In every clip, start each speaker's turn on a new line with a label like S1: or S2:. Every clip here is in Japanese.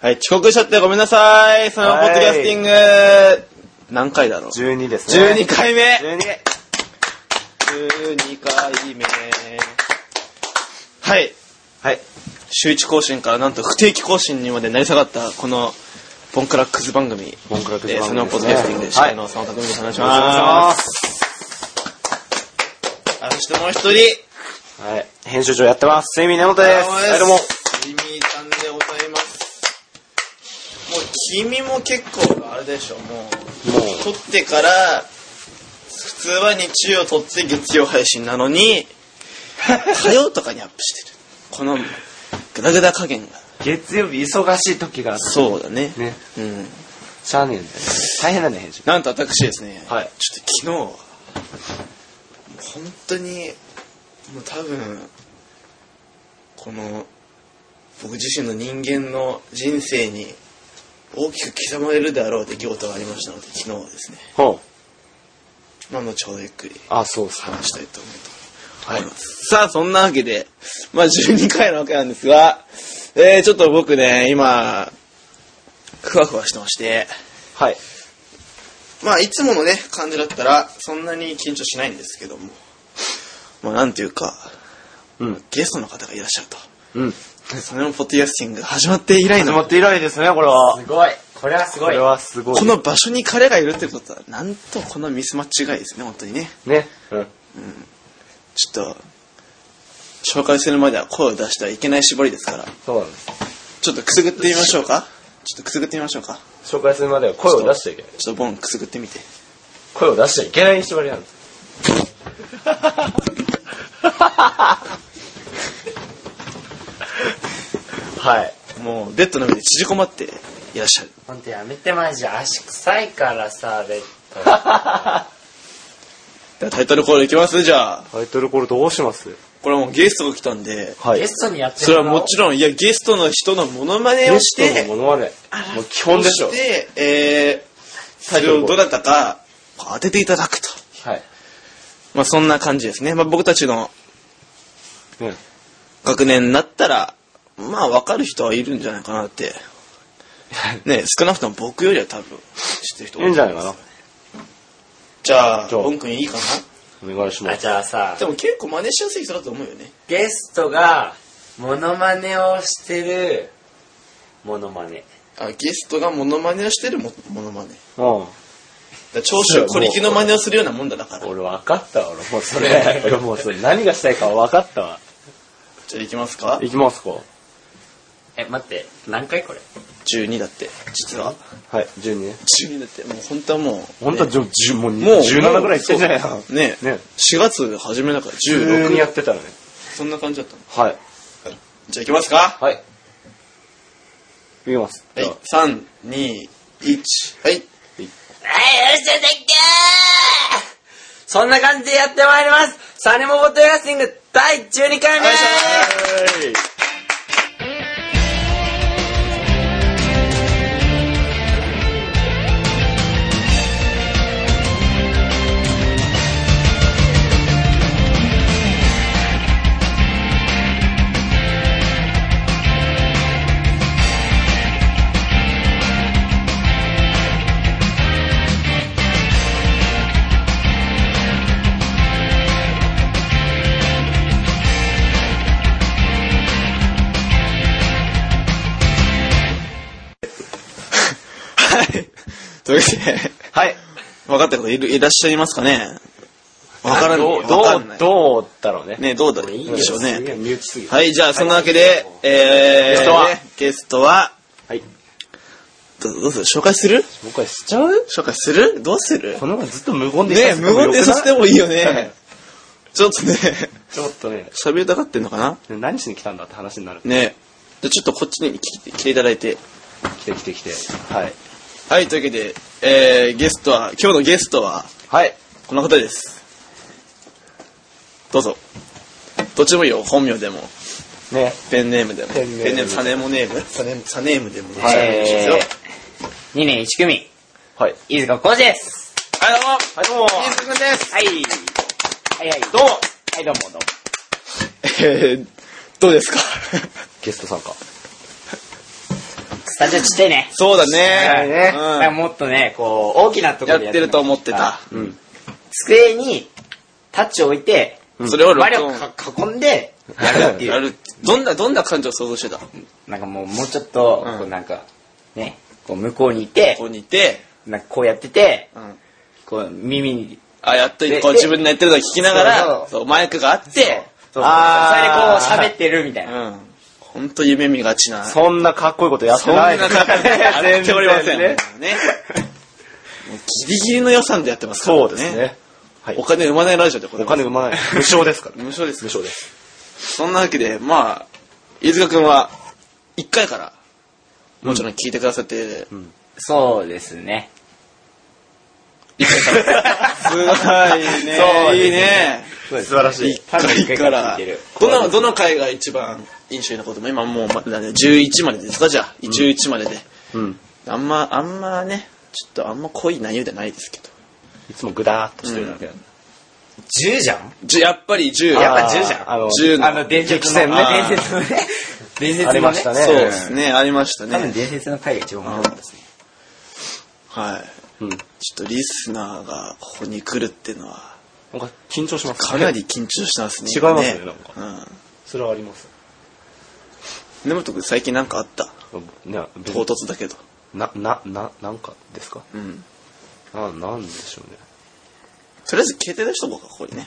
S1: はい、遅刻しちゃってごめんなさい。そのポッドキャスティング、何回だろう
S2: 12ですね。
S1: 12回目
S2: 12
S1: 12回目はい
S2: はい。
S1: 週1更新からなんと不定期更新にまで成り下がったこのボンクラクズ番組
S2: ボンクラク
S1: え
S2: ズ番組で
S1: ー
S2: す
S1: そ
S2: ね
S1: のポッドキャスティングで司会の佐野匠ですお願いしま
S2: は
S1: すあそしてもう一人
S2: い。編集長やってます。セミ根本です。はい、どうも。
S1: リミーさんでございますもう君も結構あれでしょも
S2: も
S1: う撮ってから普通は日曜撮って月曜配信なの に火曜とかにアップしてるこのグダグダ加減が
S2: う、月曜日忙しい時が、
S1: そうだね
S2: ね、
S1: うん
S2: しゃあねえんだよね。大変なんだよ、編集。
S1: なんと私ですね、
S2: はい
S1: ちょっと昨日本当にもう多分この僕自身の人間の人生に大きく刻まれるであろう出来事がありましたので昨日はですね
S2: ほう。
S1: まあ後ほどゆっくり
S2: あ、そうっすね。
S1: 話したいと思います
S2: はい。
S1: さあ、そんなわけで、まあ、12回なわけなんですが、えー、ちょっと僕ね、今、ふわふわしてまして、
S2: はい。
S1: まあ、いつものね、感じだったら、そんなに緊張しないんですけども、まあ、なんていうか、
S2: うん。
S1: ゲストの方がいらっしゃると。
S2: うん。
S1: それもポッドキャスティングが始まって以来
S2: 始ま
S1: の、
S2: って以来ですね、これは。
S3: すごい。これはす
S2: こ
S3: ごい
S2: れ。はすごい
S1: こ。の場所に彼がいるってことは、なんとこのミスマッチがいいですね、本当にね。
S2: ね。うん。
S1: ちょっと、紹介するまでは声を出してはいけない絞りですから、
S2: そうなんです。
S1: ちょっとくすぐってみましょうか。ちょっとくすぐってみましょうか。
S2: 紹介するまでは声を出しちゃいけない。
S1: ちょっとボンくすぐってみて。
S2: 声を出しちゃいけない縛りなんです。はい。
S1: もう、ベッドの上で縮こまっていらっしゃる。
S3: ほんとやめてマジ。足臭いからさ、ベッド。
S1: ではタイトルコールいきますじゃあ。
S2: タイトルコールどうします
S1: これはもうゲストが来たんで、
S2: は
S3: ゲ。ストにやって
S1: それはもちろん、いや、ゲストの人のモノマネを
S2: ゲ
S1: し
S2: ス
S1: て、
S2: トのものはね、もう基本でしょ
S1: そ。して、えー、それをどなたかこう当てていただくと。
S2: はい。
S1: まあそんな感じですね。まあ僕たちの
S2: ね。
S1: 学年になったら、まあ分かる人はいるんじゃないかなって。ね、少なくとも僕よりは多分知ってる人
S2: いいんじゃないかな。
S1: じゃあ、
S2: じゃあ
S1: ボン君いいかな
S2: お願いし
S3: ろ
S2: ま
S3: あ、
S2: す。
S3: じゃあさ
S1: で、も結構真似しやすい人だと思うよね。
S3: ゲストが、モノマネをしてる、モノマネ。
S1: あゲストがモノマネをしてるもモノマネ。だか
S2: う
S1: ら長州小力の真似をするようなもんだだから
S2: ん。。俺分かったわ、俺もうそれ。俺もうそれ、何がしたいか分かったわ。
S1: じゃあ行きますか
S2: いきますか。
S3: え、待って、何回これ
S1: ?12 だって。実は。
S2: はい、12ね。
S1: 12だって。もう本当はもう。
S2: 本当は
S1: ね
S2: じゅじゅもう
S1: もう
S2: 17ぐらいいってんじゃないかな。
S1: ね
S2: ね
S1: 4月初めだから
S2: 普通にや
S1: 16。
S2: ってたらね。
S1: そんな感じだったの。
S2: はい。
S1: じゃあ行きますか
S2: はい。いきます。
S1: はい。3、2、1。はい。
S3: はい、よっしゃ、でっけーそんな感じでやってまいりますサネモボトラスティング第12回目
S1: よいしょはい。というわけで、
S2: はい。
S1: 分かった方いるいらっしゃいますかね分からん
S2: どう、
S1: 分かんない。
S2: どう、どうだろうね。
S1: ね、どうだろう
S3: いい
S1: でしょう
S2: すげ
S1: ね。
S2: え身内すぎる。
S1: はい、じゃあそんなわけで、えー、
S2: ゲストは
S1: ゲストは、
S2: はい。
S1: どどうする紹介する
S2: 僕はしちゃう
S1: 紹介するどうする
S2: このままずっと無言で
S1: ね無言でさせて
S2: も。
S1: もいいよ
S2: はい
S1: ね。ちょっとね、
S2: ちょっとね、
S1: 喋りたがってんのかな
S2: 何しに来たんだって話になる。
S1: ねじゃあちょっとこっちに来て来ていただいて。
S2: 来て来て来て。はい。
S1: はい、というわけで、えー、ゲストは、今日のゲストは、
S2: はい。
S1: この方です。どうぞ。どっちでもいいよ、本名でも、
S2: ね。
S1: ペンネームでも、
S2: ペ
S1: ペ
S2: ン
S1: ン
S2: ネーム
S1: ネーム、サネモネーム、サネサネームでも、
S3: はい
S1: ですよはい、
S3: !2 年1組、
S2: はい。
S3: 飯塚浩司です
S1: どうも、
S2: はい、どうも。
S1: ゆうすくんです。
S3: はいはいはい、ど
S2: どうも。
S3: はい、どうもどうも。
S1: えー、どうですか
S2: ゲストさんか。
S4: スタジオちっちゃいね。
S1: そうだ
S4: はい
S1: ね
S4: ね。だからもっとね、こう、大きなと
S1: うん
S4: ころで
S1: やってると思ってた。
S2: うん。
S4: 机にタッチを置いて、
S2: うん
S1: それを録
S4: 我を
S1: 音
S4: か囲んでやるって
S1: や
S4: いう。
S1: る。どんな、どんな感情を想像してたこ
S4: なんかもう、もうちょっと、
S1: うん
S4: こうなんか、ね、こう向こうにいて、
S1: こにいて、
S4: なんかこうやってて、
S1: うん
S4: こう耳に、
S1: あ、やっといて、
S4: で
S1: こう
S4: で
S1: 自分のやってるのを聞きながら
S4: そ、う
S1: そう、マイクがあっ
S4: そう
S1: て、
S4: そう
S2: あー
S4: それでこう喋ってるみたいな。
S1: うん。ほんと夢見がちな。
S2: そんなかっこいいことやって
S1: そん
S2: な。
S1: ない方 やっておりません。ね
S2: ね。。
S1: もうギリギリの予算でやってますからね。
S2: そうです。ね。はい
S1: お。金生まないラジオでござい
S2: お
S1: ます。
S2: 金生まない。無償ですから。
S1: 無償です
S2: 無。償です。
S1: そんなわけで、まあ、飯塚くんは、1回から、もちろん聞いてくださって、
S2: うん。
S4: そうですね。
S1: 一回から。すごいね。
S4: そ
S1: いいね。
S4: うですねそうで す
S2: 素晴らしい。
S1: 1回から
S4: 聞いてる。
S1: どの、どの回が一番印象に残っても、今もうまだね、11までですかじゃあ、11までで。
S2: うん。
S1: あんま、あんまね、ちょっとあんま濃い内容じゃないですけど。
S2: いつもグダーっとしてるだけなんで
S4: 10じゃん
S1: じゅやっぱり10。
S4: やっぱ
S2: あー
S4: 10じゃん。
S2: あの
S1: 10の
S4: あの伝説
S2: 激
S4: の
S2: 戦
S1: ね
S4: あー伝説のね。伝説
S2: あ
S4: のね。
S2: りましたね
S1: そうですね、ありました
S4: 多分
S1: ね。
S4: 伝説の回が一番面白かったですね。
S1: はい。
S2: うん。なん
S1: ちょっとリスナーがここに来るっていうのは、
S2: か緊張します
S1: かなり緊張してますね。
S2: 違いますね
S1: 今
S2: なん
S1: うん。
S2: それはあります。
S1: 根本君最近なんかあった
S2: ね、別
S1: 唐
S2: に
S1: 突だけど。
S2: な、な、な、なんかですか
S1: うん。
S2: な、なんでしょうね。
S1: とりあえず携帯出しとこうか、ここにね。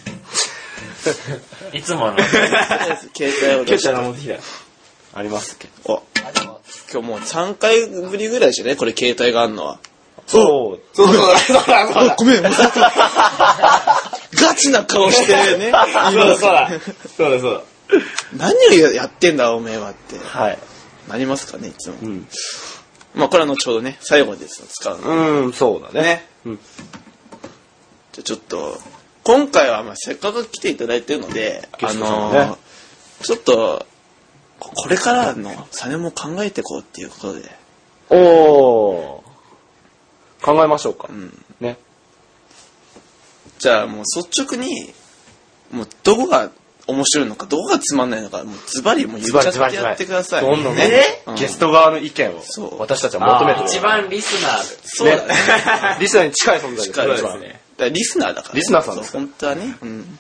S4: いつもの。
S1: とりあえず 携帯を出し
S2: ゃん持ってきたよ。ありますっけ
S1: お今日もう3回ぶりぐらいじゃねこれ携帯があんのは。
S2: そう。
S1: そうだ、そうだ、そうだ。ごめん、忘れてた ガチな顔して ね。
S4: そうだそうだ。そうだそうだ。
S1: 何をやってんだ、おめえはって。
S2: はい。
S1: なりますかね、いつも。
S2: うん。
S1: まあ、これは後ほどね、最後です、使うの。
S2: うん、そうだね。
S1: ね。
S2: うん
S1: じゃあちょっと、今回はまあせっかく来ていただいてるので、
S2: ゲ
S1: あ
S2: ストさん
S1: の
S2: もね
S1: ーちょっと、ここれからのサネも考えていこうっていうことで、
S2: おー。考えましょうか。
S1: ん
S2: ね。
S1: じゃあもう率直に、もうどこが面白いのか、どこがつまんないのか、もうズバリもう言っちゃってやってください。
S2: どんどん
S1: ね
S2: ね。
S1: うん
S2: ゲスト側の意見を
S1: そう
S2: 私たちは求めてる。
S4: 一番リスナー。
S1: そうだね。
S2: リスナーに近い存在です
S1: 近いです
S2: 一
S1: ねだから
S2: 番
S1: リスナーだから。
S2: リスナーさんです
S1: そう本当はね。うん。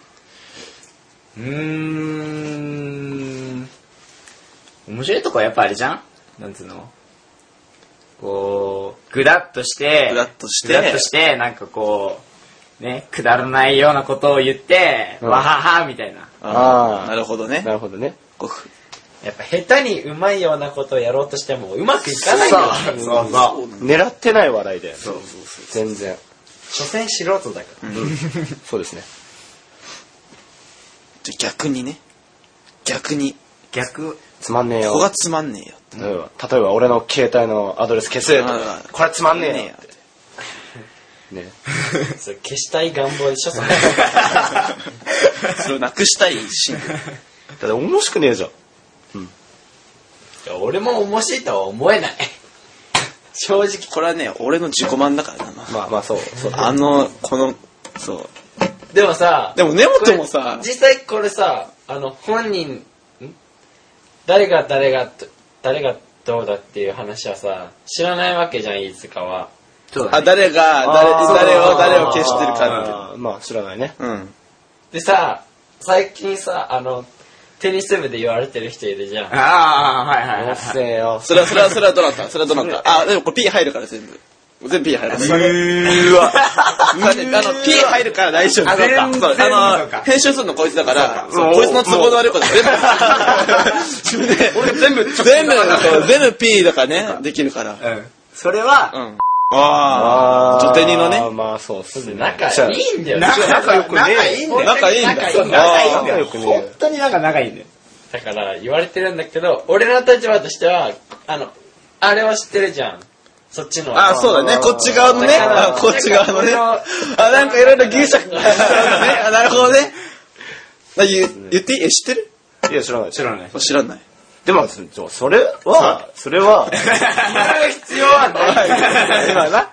S4: うーん。面白いとこはやっぱあれじゃんなんつうのこう、ぐだっとして、
S1: ぐだっとして
S4: ぐだっとして、なんかこう、ね、くだらないようなことを言って、
S2: うん
S4: わははみたいな。
S1: あ
S2: あ
S1: あ。
S2: ー
S1: なるほどね
S2: な。るほどね。
S1: ごく
S4: やっぱ下手にうまいようなことをやろうとしても、うまくいかない
S2: さあ
S4: よ。
S2: そうそう狙ってない話題で。
S4: そう。
S2: 全然。
S4: 所詮素人だから。
S2: そうですね。
S1: じゃあ逆にね。逆に。
S4: 逆、
S2: つまんねえ
S1: こ
S2: よ。
S1: こがつまんねえよ。
S2: 例えば、例えば俺の携帯のアドレス消せとか
S1: うん、
S2: これつまんねえよ。
S1: って
S2: ね。
S4: それ消したい願望でしょ、それ。
S1: それをなくしたいし。
S2: だって面白くねえじゃん。
S4: 俺も面 白いとは思えない。
S1: 正直。これはね、俺の自己満だからな。
S2: まあまあそう。そう
S1: あの、この、そ
S4: でもさ
S1: う。、でも根
S4: これ
S1: 本もさ、
S4: 実際これさあの本人ん誰が誰がと誰がどうだっていう話はさ知らないわけじゃん飯塚は
S1: あ、誰が、
S2: あー
S1: 誰、誰を、誰を消してるかっ
S2: あーまあ知らないね。
S1: て。うん。
S4: でさ最近さあのテニス部で言われてる人いるじゃん
S5: ああ、はいは
S2: う
S5: い
S2: るせえよ。
S1: それは、それは、それはどなたそれはどな たあ、でもこれ P 入るから全部。全部 P 入る。うわ。だってあの、P 入るから大丈夫。
S5: あそうか
S1: そうあの、編集するのこいつだから、そうこいつの都合の悪いこと全部。自分で、俺 全部、全部、そう全部 P だからね、できるから。
S5: はい。 うん。それは、
S1: うん。ああ。
S2: ー
S1: 女手にのね。
S2: まあそうっすね。じゃ
S4: 仲
S2: あ
S4: いいんだよ
S5: 仲
S2: 仲良くね
S5: 仲いいんだよ。
S1: 仲いいんだ
S5: 仲いいんだ
S1: 仲いいんだ
S2: 仲良くね
S5: 本当になんか仲いいんだよ。
S4: だから言われてるんだけど俺の立場としてはあのあれは知ってるじゃんそっちの
S1: あ、そうだね。こっち側のね。
S4: あー
S1: あこっち側のね。
S4: なん
S1: あ
S4: か、
S1: なんかいろいろギリシャね。あなるほどね。あ言言っていいえ、知ってる
S2: いや知らない。
S5: 知らない。
S1: 知らない。
S2: でも、そそれは、それ は、
S4: 必要はない
S2: 今な、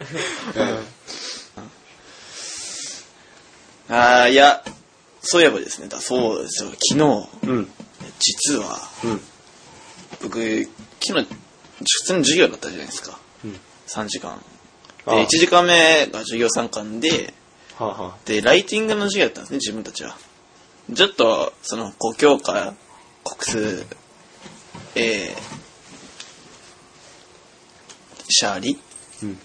S1: あーいや、そういえばですね、だそうですよ。昨日、
S2: うん、
S1: 実は、
S2: うん
S1: 僕、昨日、普通の授業だったじゃないですか。
S2: うん
S1: 3時間。
S2: ああ
S1: で、1時間目が授業参観で、
S2: はあ、は
S1: で、ライティングの授業だったんですね、自分たちは。ちょっと、その、5教科、国数、えー、シャーリ、
S2: うん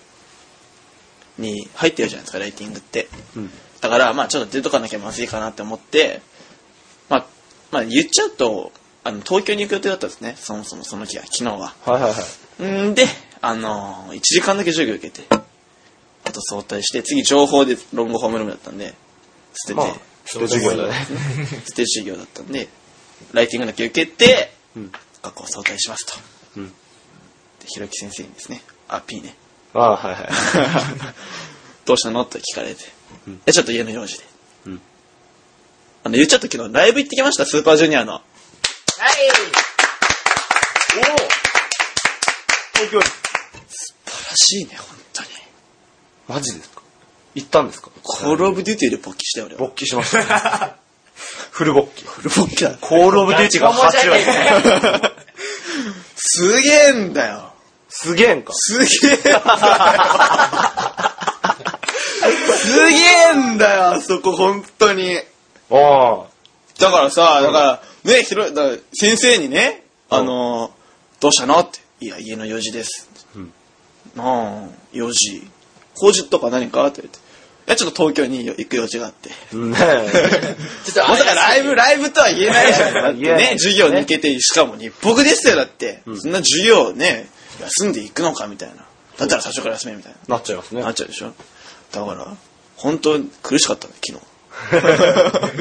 S1: に入ってるじゃないですか、ライティングって。
S2: あ、うん。
S1: だから、まあちょっと出とかなきゃまずいかなって思って、まあ、まあ言っちゃうと、あの、東京に行く予定だったんですね、そもそもその日は、昨日は。
S2: はいはいはい。
S1: んで、あのー、1時間だけ授業受けて、あと早退して、次情報でロングホームルームだったんで、捨てて、
S2: まあ、一授業だね。
S1: 捨て授業だったんで、ライティングだけ受けて、
S2: うん。
S1: 学校早退しますと。
S2: うん。
S1: で、ひろき先生にですね、あ、P ね。
S2: ああ、はいはい。
S1: どうしたのって聞かれて、
S2: うん
S1: え、ちょっと家の用事で。
S2: うん
S1: あの、言っちゃったけど、ライブ行ってきました、スーパージュニアの。
S4: 東京
S1: 素晴らしいね、本当に。
S2: マジですか行ったんですか
S1: コールオブデューティーで勃起したよ、俺は。
S2: 勃起しました。 フル勃起。
S1: コール勃起だ。
S2: コールオブデューティが8割。
S1: すげえんだよ。
S2: すげえんか。
S1: すげえんだよ。すげえんだよ、あそこ、本当に。
S2: ああ。
S1: だからさ、だから、ね、ひろ、だから先生にね、あのー、どうしたのって。いや、家の用事です。
S2: うん
S1: なあ、用事。工事とか何かって言って。いや、ちょっと東京に行く用事があって。
S2: ねえ。
S3: ちょっと
S1: ま
S3: あ
S1: さかライブ、ライブとは言えないじゃん。だって
S2: 言えない
S1: ね、授業に行けて、しかも日僕ですよ、だって。そんな授業をね、休んでいくのかみたいな。だったら最初から休めみたいな。
S2: なっちゃいますね
S1: な。っちゃうでしょだから、本当に苦しかったね、昨日。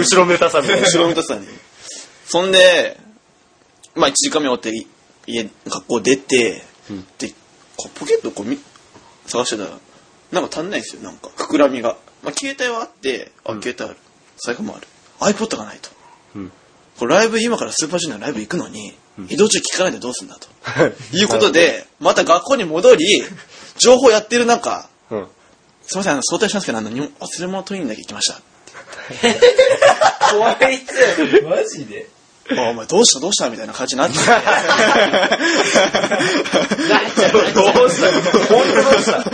S2: 後ろめたさみたいな
S1: 後ろ見たさに。そんで、まあ1時間目終わって、家、学校出て、で、こうポケットこうみ探してたら、なんか足んないんですよ、なんか。膨らみが。まあ携帯はあって、あ、携帯ある。財布もある。iPod がないと。
S2: うん
S1: これライブ、今からスーパージュニアのライブ行くのに、移動中聞かないでどうすんだと。いうことで、また学校に戻り、情報やってる中、
S2: うん。
S1: すいません、あの、早退しますけど、あの、にも忘れ物取りにだけ行きました。
S3: 怖いっす。マジで
S1: あお前どうしたどうしたみたいな感じにな って。
S3: どうした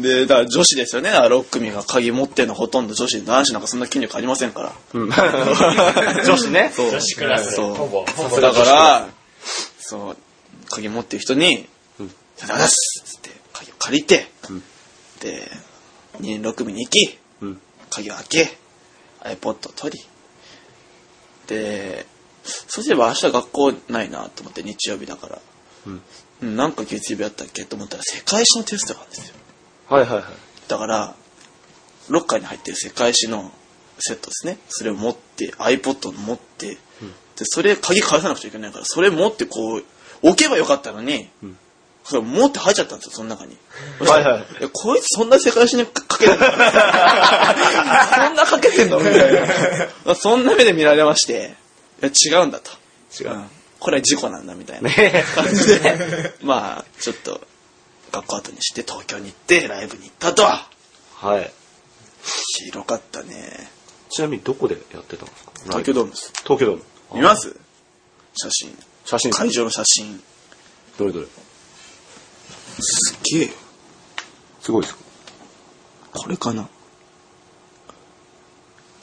S1: で、だから女子ですよね。だから6組が鍵持ってんのほとんど女子で、男子なんかそんな筋力ありませんから。
S2: 女子ね。
S1: そう
S3: 女子クラス、
S1: そう
S3: ほぼ。ほぼ
S1: だから、そう、鍵持ってる人に、さよならっすっつって、鍵を借りて、で、2年6組に行き、
S2: うん。
S1: 鍵を開け、iPod を取り、で、そうすれば明日学校ないなと思って、日曜日だから。
S2: うん
S1: うんなんか月曜日あったっけと思ったら、世界史のテストがあるんですよ。
S2: はいはいはい。
S1: だから、ロッカーに入ってる世界史のセットですね。それを持って、iPod を持って、で、それ、鍵返さなくちゃいけないから、それ持ってこう、置けばよかったのに、
S2: ん
S1: それ持って入っちゃったんですよ、その中に。
S2: はいはい。
S1: え、こいつそんな世界史にかかけて んのそんなかけてんのみたいな。そんな目で見られまして、いや違うんだと。
S2: 違
S1: うんこれは事故なんだみたいな
S2: ね
S1: 感じで、まあ、ちょっと、学校後にして東京に行って、ライブに行ったとは。
S2: はい。
S1: 広かったね。
S2: ちなみにどこでやってたんですか
S1: 東京ドームです。
S2: 東京ドーム。
S1: 見ます写真。
S2: 写真
S1: 会場の写真。
S2: どれどれ
S1: すっげえ。
S2: すごいですか
S1: これかな。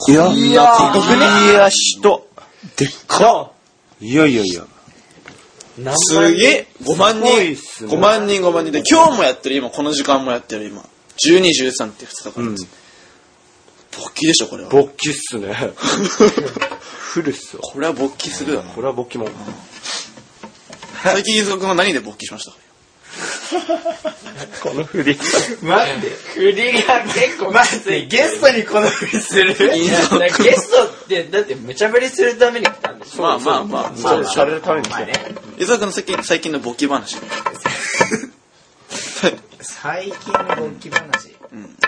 S2: いや、
S1: いやー
S2: いや、人。でっかいやいやいや。
S3: 何
S1: すげえ !5 万人
S2: すごいっすね
S1: !5 万人5万人で、今日もやってる今、この時間もやってる今。12、13って2日間。
S2: うん。
S1: 勃起でしょ、これは。
S2: 勃起っすね。 フルっすわ。
S1: これは勃起するだろ。
S2: これは勃起もん。
S1: 最近、ゆずくんは何で勃起しました
S2: この振り。
S4: 待って、
S3: 振りが結構き
S4: 待っ
S3: つい
S4: て、ゲストにこの振りする
S3: いやだからゲストって、だって無茶ぶりするために来たんでしょ
S1: まあまあまあ、
S2: まあ、されるために来
S4: まあ
S2: て
S4: ね。
S1: ゆずくんの最近最近の勃起話。
S4: 最近の勃起話。
S1: うん。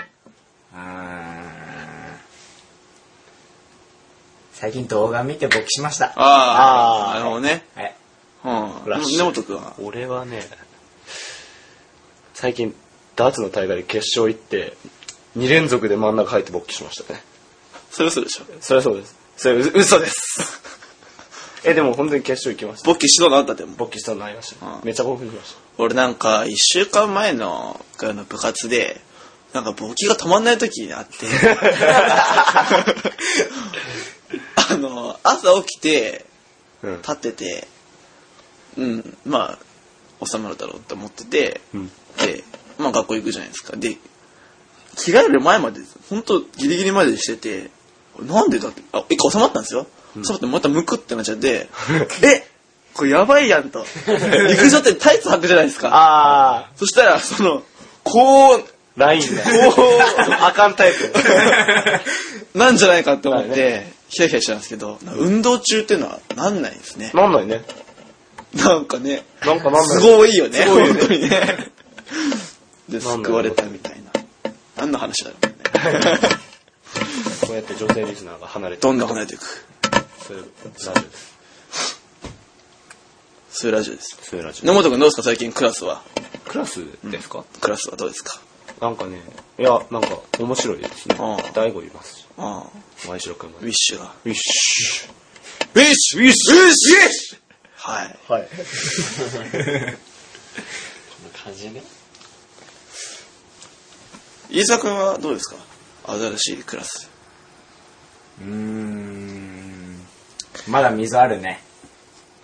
S4: あー最近動画見て勃起しました。
S1: あ
S2: あ
S1: あ、
S2: ー
S1: なるほどね。
S4: はい。
S1: うん。
S2: ラッシュ
S1: 根本くんは。
S2: 俺はね、最近、ダーツの大会で決勝行って、2連続で真ん中入って勃起しましたね。
S1: それはそうでしょ。
S2: それはそうです。それ、う嘘です。え、でも本当に決勝行きました。
S1: 勃起しそうなったでも
S2: 勃起したのありました
S1: うん。
S2: めっちゃ興奮しまし
S1: 俺なんか1週間前のあの部活でなんか勃起が止まんない時があってあの朝起きて
S2: た。うん。
S1: 立っててうんまあ収まるだろうって思ってて、
S2: うん
S1: でまあ学校行くじゃないですかで着替える前まで本当ギリギリまでしててなんでだってあ一個収まったんですよ、収まってまたむくってなっちゃって えこれやばいやんと陸上ってタイツ履くじゃないですか
S2: あ
S1: そしたらそのこ う
S2: ー、ラインね。あかんタイプ。
S1: なんじゃないかって思っ
S2: はい
S1: てヒヤヒヤしたんですけど運動中っていうのはなんないですね
S2: なんないね。
S1: なんかね
S2: なんかなんな
S1: す
S2: い。
S1: ごいよね。
S2: すごいよね
S1: 本当にね。 で、
S2: なんだろう
S1: 救われたみたいな。何の話だろうね。
S2: こうやって女性リスナーが離れて
S1: どんどん離れていく。
S2: そういうラジオです。
S1: そういうラジオです。
S2: そういうラジ
S1: 根本君どうですか最近クラスは。
S2: オ。クラスですか
S1: クラスはどうですか
S2: なんかね、いや、なんか面白いですね
S1: ああ。
S2: 大悟いますし、
S1: ああ、
S2: 前城くんも。
S1: ウ
S2: ウ
S1: ィッシュが。
S2: ィッシュ。
S1: ウィッシュウィッシュウィッシュはい。
S2: はい。
S3: んな感じね。
S1: 飯沢君はどうですか新しいクラス。
S4: うーん。まだ溝あるね。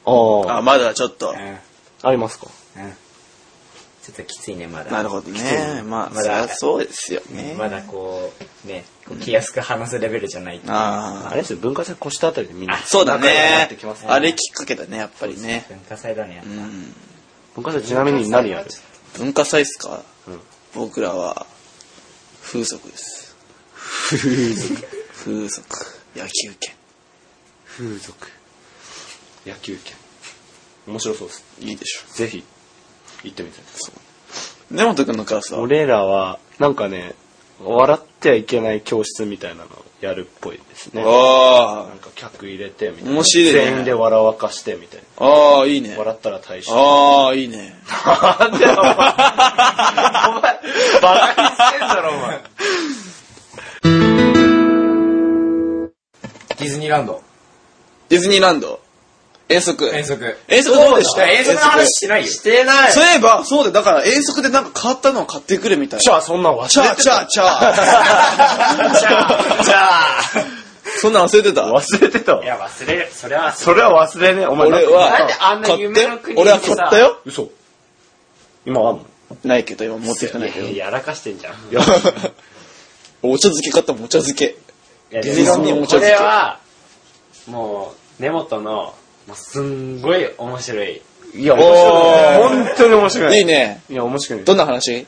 S2: あ
S1: あ、まだちょっと
S4: う。ん。うん。
S2: あ、ありますか
S4: ちょっときついね、まだ。
S1: なるほどね。まあ、
S4: ま
S1: そりゃ
S4: だ
S1: そうですよね。
S4: まだこう、ね、こう気安く話すレベルじゃない。
S1: あ
S2: あ
S1: あ、
S2: れですよ、文化祭越したあたりでみんな。
S1: そうだ
S2: 仲良くなっ
S1: ね
S2: てきます。
S1: あれきっかけだね、やっぱりね。
S4: 文化祭だね。
S1: うん。
S2: 文化祭ちなみに何やる
S1: 文化祭っすか
S2: うん。
S1: 僕らは風俗です風俗野球券
S2: 風俗。野球券。面白そうです。
S1: いいでしょ
S2: ぜひ、行ってみてください。
S1: 根本君のクラスは
S2: 俺らは、なんかね、笑ってはいけない教室みたいなのをやるっぽいですね。
S1: あ
S2: なんか客入れてみたいな。
S1: 面白いね
S2: 全員で笑わかしてみたいな。
S1: あああいいね
S2: 笑ったら大将。
S1: ああいいね
S2: なんでお前、お前、バカにしてんだろ、お前。
S4: ディズニーランド。
S1: ディズニーランド遠足
S4: 遠足。
S1: 遠足どうでした
S4: 遠足の話してないよ。
S2: してない
S1: そういえばそうでだから遠足でなんか変わったのを買ってくるみたい
S2: じ
S1: な
S2: ゃあ、そんなん忘れ
S1: チ
S2: て
S1: ャーチャーチャ ーチャーチャーそんなん忘れてた
S2: 忘れてた
S4: い
S2: わ。
S4: や、忘れる。それは忘れる。
S2: それは忘れねえ。お前、
S1: 俺
S3: なんであ
S1: は
S3: んな
S1: 買って
S3: 夢の国に
S1: 俺は
S3: さ
S1: 買ったよ
S2: 嘘。今あんの
S1: ないけど今持ってきてないけど
S3: やらかしてんじゃん。
S2: いや、
S1: お茶漬け買ったもんお茶漬け
S3: いや
S1: ディズニーにお茶
S3: こ
S1: 漬
S3: れ
S1: け
S3: は、もう、根本の、もうすんごい面白い。
S2: いや、
S1: 面白いね
S2: 本当に面白い。
S1: いいね。
S2: いや、面白いね。
S1: どんな話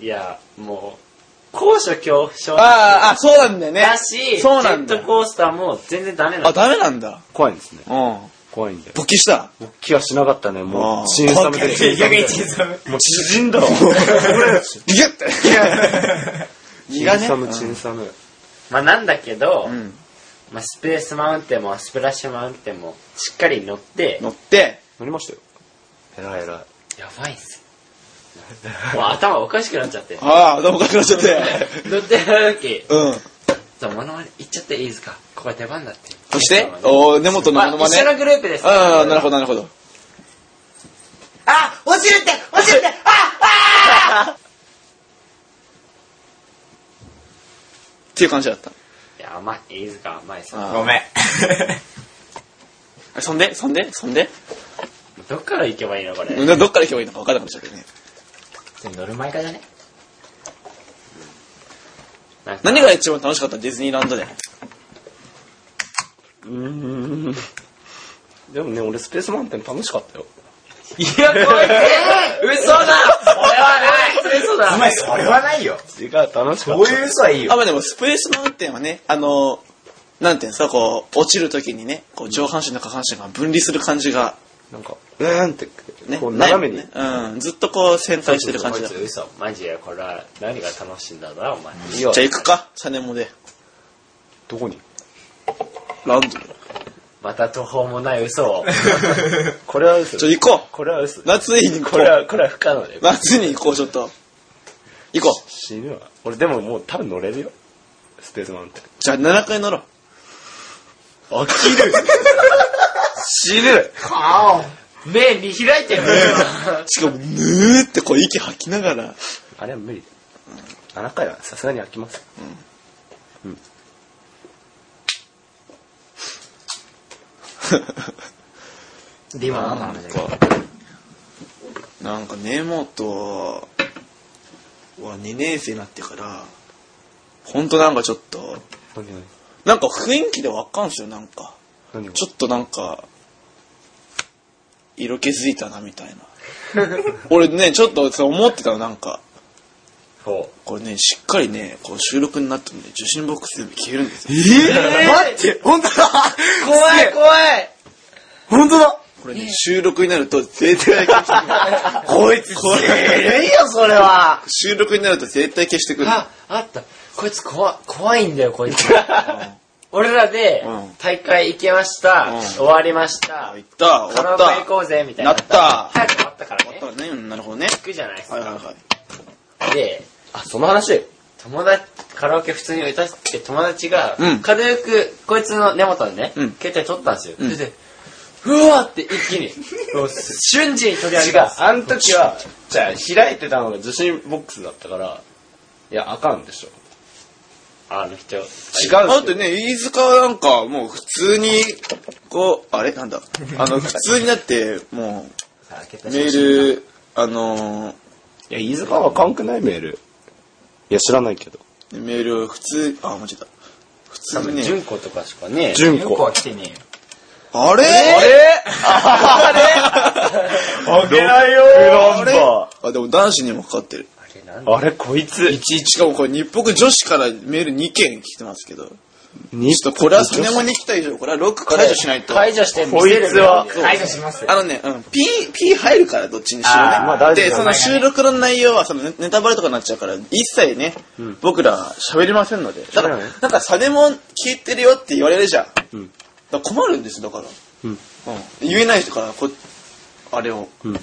S3: いや、もう、高所恐怖症
S1: ああ、あ、そうなんだよね。
S3: だし、
S1: そうなん
S3: ジ
S1: だ
S3: ェット。コースターも全然ダメな
S1: あ、
S3: の。
S1: ダメなんだ。
S2: 怖いんですね。
S1: うん。
S2: 怖いんだよ。
S1: 勃起した。
S2: 勃起はしなかったね、
S1: あ
S2: も
S1: ー
S2: う。新サム で。
S4: 結局一時差
S2: もう縮 んだわ。
S1: ギュッ て。ギガ
S2: 新
S1: ね
S2: サ。ム、新サム。
S3: まあなんだけど、
S1: うん。
S3: まあスペースマウンテンもスプラッシュマウンテンもしっかり乗って、
S1: 乗って、
S2: 乗りましたよ。えらいえらい。
S3: やばいっす よ。もう頭おかしくなっちゃって。
S1: ああ、どうもかくなっちゃって。
S3: 乗ってる時、
S1: うん。
S3: じゃあモノマネ行っちゃっていいですかここは出番だって。
S1: そして、おー、根本の
S3: ま
S1: モ
S3: あ
S1: ノマ
S3: 一緒の
S1: ネ。
S3: グループです。
S1: ああ、なるほど、なるほど。
S4: あ落ちるって落 ちるって
S1: っていう感じだった。
S3: いや、甘い、飯塚甘いさ。
S1: あ
S4: ごめん。
S1: そんで、そんで、そんで。
S3: どっから行けばいいのこれ。
S1: どっから行けばいいのか分からなくなっちゃったね。
S4: 乗る前からね。
S3: なんか
S1: 何が一番楽しかったディズニーランドで。
S2: うーん。でもね、俺スペースマウンテン楽しかったよ。
S3: いや、こいつ嘘だそれはない嘘だ
S4: お前、それはないよ。
S2: 違う、楽しか
S4: こ
S2: っ
S4: ういう嘘はいい
S1: あ、
S4: よ。
S1: まあでもスプレースマウンテンはね、あの、なんていうんですか、こう、落ちるときにね、こう上半身と下半身が分離する感じが、
S2: た。なんか、うーんって、
S1: ね、
S2: こう斜め
S1: な
S2: に
S1: い。もんねうん、ずっとこう旋回してる感
S3: こ
S1: じ
S3: い
S1: だ。
S3: つ
S1: じ
S3: 嘘。マジで、これは何が楽しいんだな、お前。
S2: いや
S1: ゃあ、行くか、サネモで。
S2: ど こに
S1: ランドで。
S3: また途方もない 嘘を。
S2: これは嘘
S1: ちょ、行こ
S2: これは嘘
S1: う。夏に行こ
S2: これ
S1: う。
S2: は、これは不可能だよ。
S1: 夏に行こう、ちょっと。行こう。
S2: 死ぬわ。俺でももう多分乗れるよ。スペースマウンテン。
S1: じゃあ、7回乗ろう。
S2: 飽きる死ぬ
S3: 目見開いてる
S1: しかも、ぬーってこう息吐きながら、
S2: あれは無理だ7回はさすがに飽きます
S3: で、今何の話だっけ
S1: なんか根本は2年生になってから、ほんとなんかちょっと、
S2: 何何
S1: なんか雰囲気でわかんすよ、なんか。
S2: 何
S1: ちょっとなんか、色気づいたな、みたいな。俺ね、ちょっとそう思ってたの、なんか。
S3: ほ
S1: これね、しっかりね、こう収録になったんで、受信ボックス全部消えるんですよ。
S4: え待って、本当だ
S3: う。怖い怖い
S4: 本当だ
S1: これね、収録になると絶対消してくる。こいつ、これ、
S3: いいよ、それは
S1: 収録になると絶対消してくる。
S3: あ、あった。こいつ怖、怖いんだよ、こいつ。俺らで
S1: うん、
S3: 大会行けました、
S1: うん
S3: 終わりました
S1: あ、い、った、終
S3: カ
S1: わ
S3: ラ
S1: っ
S3: オケ行
S1: た。
S3: こうぜ、みたいな。
S1: なった
S3: 早く終わったからね
S1: 終。わったね、うんなるほどね。
S3: 行くじゃないです
S1: はいはい
S3: か。
S1: はい。
S3: で、
S2: あその話
S3: 友達、カラオケ普通に歌って友達が
S1: うん、
S3: 軽く、こいつの根元にね
S1: うん、
S3: 携帯取ったんですよ。
S1: ん
S3: それで、うわーって一 気に、もう瞬時に取り上
S2: 違
S3: げ
S2: う
S3: た。
S2: あの時はじゃあ開いてたのが受信ボックスだったからいやあかんでしょ
S3: あの人。
S2: 違う
S1: だってね、飯塚はなんか、もう普通に、こう、あれなんだ。あの、普通になって、もう、メール、あのー、
S2: いや飯塚はあかんくないメールいや知らないけど
S1: メールを普通、あ、間違えた。普
S3: 多
S1: 通
S3: 分、
S1: にね、
S3: 純子とかしかね、
S2: 純子
S3: は来てねえよ。
S1: あれあ
S2: あげないよ
S1: あれあ、でも男子にもかかってる。
S3: あれなんだ
S2: あれこいつ
S1: しかもこれ日北女子からメール2件来てますけど。
S2: に
S1: ちょっとこれはスネモに来た以上、これはロック解除しないと。
S3: 解除して見
S2: こい
S3: せる
S2: つは
S3: 解除します
S1: あのね、うん、P、P 入るから、どっちにしろね。
S2: あーまあ大丈夫
S1: で、その収録の内容は、そのネネタバレとかになっちゃうから、一切ね、僕ら喋りませんので。だから、
S2: 喋らない
S1: なんか、サネモン聞いてるよって言われるじゃん。
S2: うん
S1: だから困るんですよ、だから。
S2: うん
S1: うん言えない人から、こ、あれを。
S2: うん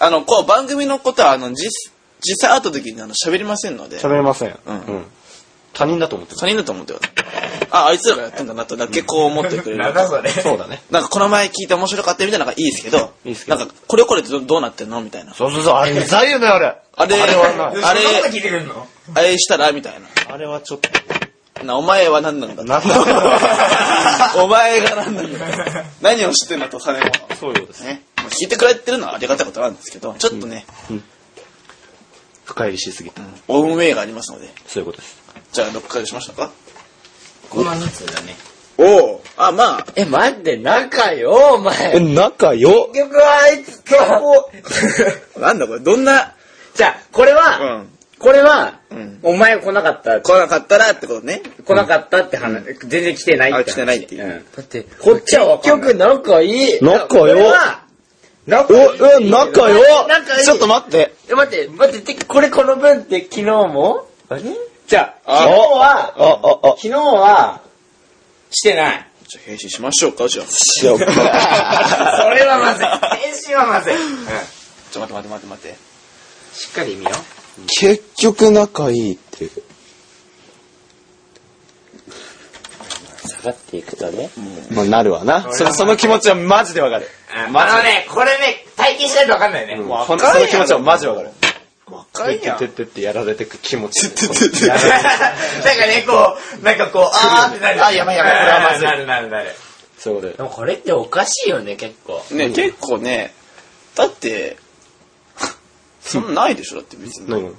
S1: あの、こう、番組のことは、あの、実、実際会った時にあの喋りませんので、
S2: 喋れません
S1: うん
S2: うん他人だと思って
S1: 他人だと思ってくださいあ、あいつらがやってんだなとだけこう思ってくれる。
S4: それ
S2: たそうだね
S1: なんかこの前聞いて面白かったみたいなのがいいですけど、
S2: いいですけど
S1: なんかこれこれどどうなってんのみたいな。
S2: そうそうそうあれうざいよねあれ
S1: あれ、あれ
S2: は
S1: あれ、
S4: いてくんの
S1: したらみたい
S2: あれはちょっと
S1: な。な、お前は何なんだ
S2: なんだ
S1: お前が何なんだ何を知ってんだと、サネモンは。
S2: そうようです
S1: ね。まあ聞いてくれてるのはありがたいことなんですけど、ちょっとね、
S2: 深入りしすぎた
S1: オウンウェイがありますので。
S2: そういうことです
S1: じゃあ、ロック解除しましたか
S3: この人数だね。
S1: おおあ、まあ、
S3: え、待って、仲よ、お前。
S2: 仲よ
S3: 結局あいつ結構。
S1: なんだこれ、どんな、
S3: じゃあ、これ
S1: う
S3: は、
S1: ん、
S3: これは
S1: うん、
S3: お前来なかった、
S1: 来なかったらってことね。
S3: 来なかったって話、全然来てないって話。
S1: あ来てないっていうん
S3: だって、こっちは結局仲いい。
S2: 仲よ
S3: これは仲
S2: お
S3: いい。
S2: うん仲よ
S3: 仲いい
S2: ちょっと待って
S3: え、待って、待って、てこれこの分って昨日もじゃあ、
S1: あ
S3: 昨日は、
S2: あああ
S3: 昨日は、してない。
S1: じゃあ、返信しましょうか、じゃあ。
S2: しよう
S3: それはまずい。返信はまずい。
S1: ちょ、待って待って待って待って。
S3: しっかり見よう。
S2: 結局仲いいって
S3: 下がっていくとね。
S2: まあなるわな そその気持ちはマジでわかる
S3: あのね、これね、体験しないとわかんないね。
S2: うん
S3: も
S2: ほんその気持ちはマジわかる
S1: 若いやん。
S2: てってってやられてく気持 ち
S3: うなんかね、こう、なんかこう、あーってなる。
S1: あやばいやばいこれはまずい
S3: なるなるなる。
S2: そういうことで
S3: でもこれっておかしいよね、結構。
S1: ね、結構ね、だって、そんなないでしょだって別に。
S2: 何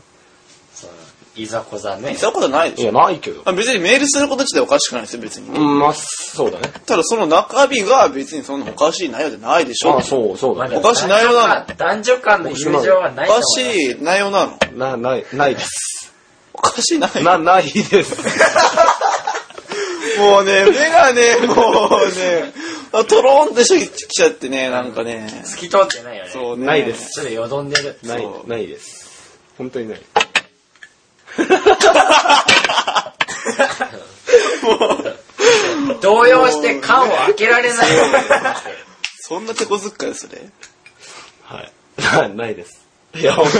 S3: そういざこざね。
S1: したことないで
S2: い
S1: し
S2: や
S1: ょ
S2: ないけど
S1: あ別にメールすること自体おかしくないですよ、別に。
S2: うんまあそうだね
S1: ただその中身が別にそんなおかしい内容じゃないでしょ
S2: あそうそうだ
S3: まだ
S2: ね
S1: おかしい内容なの
S3: 男女間の友情は
S1: お
S3: ないと
S1: か
S3: 思う
S1: しい内容なの
S2: な ないないです
S1: おかしい内容
S2: なないです
S1: もうね、目がね、もうね、あトローンってしてきちゃってね、なんかね。
S3: 透き通ってないよね。
S1: そうね。
S2: ないです。
S3: ちょっとよどんでる。
S2: な
S1: そ
S2: いうないです本当にない
S3: 動揺して缶を開けられない。
S1: そんな手こずっかよ、それ。
S2: はいなない ですいや本当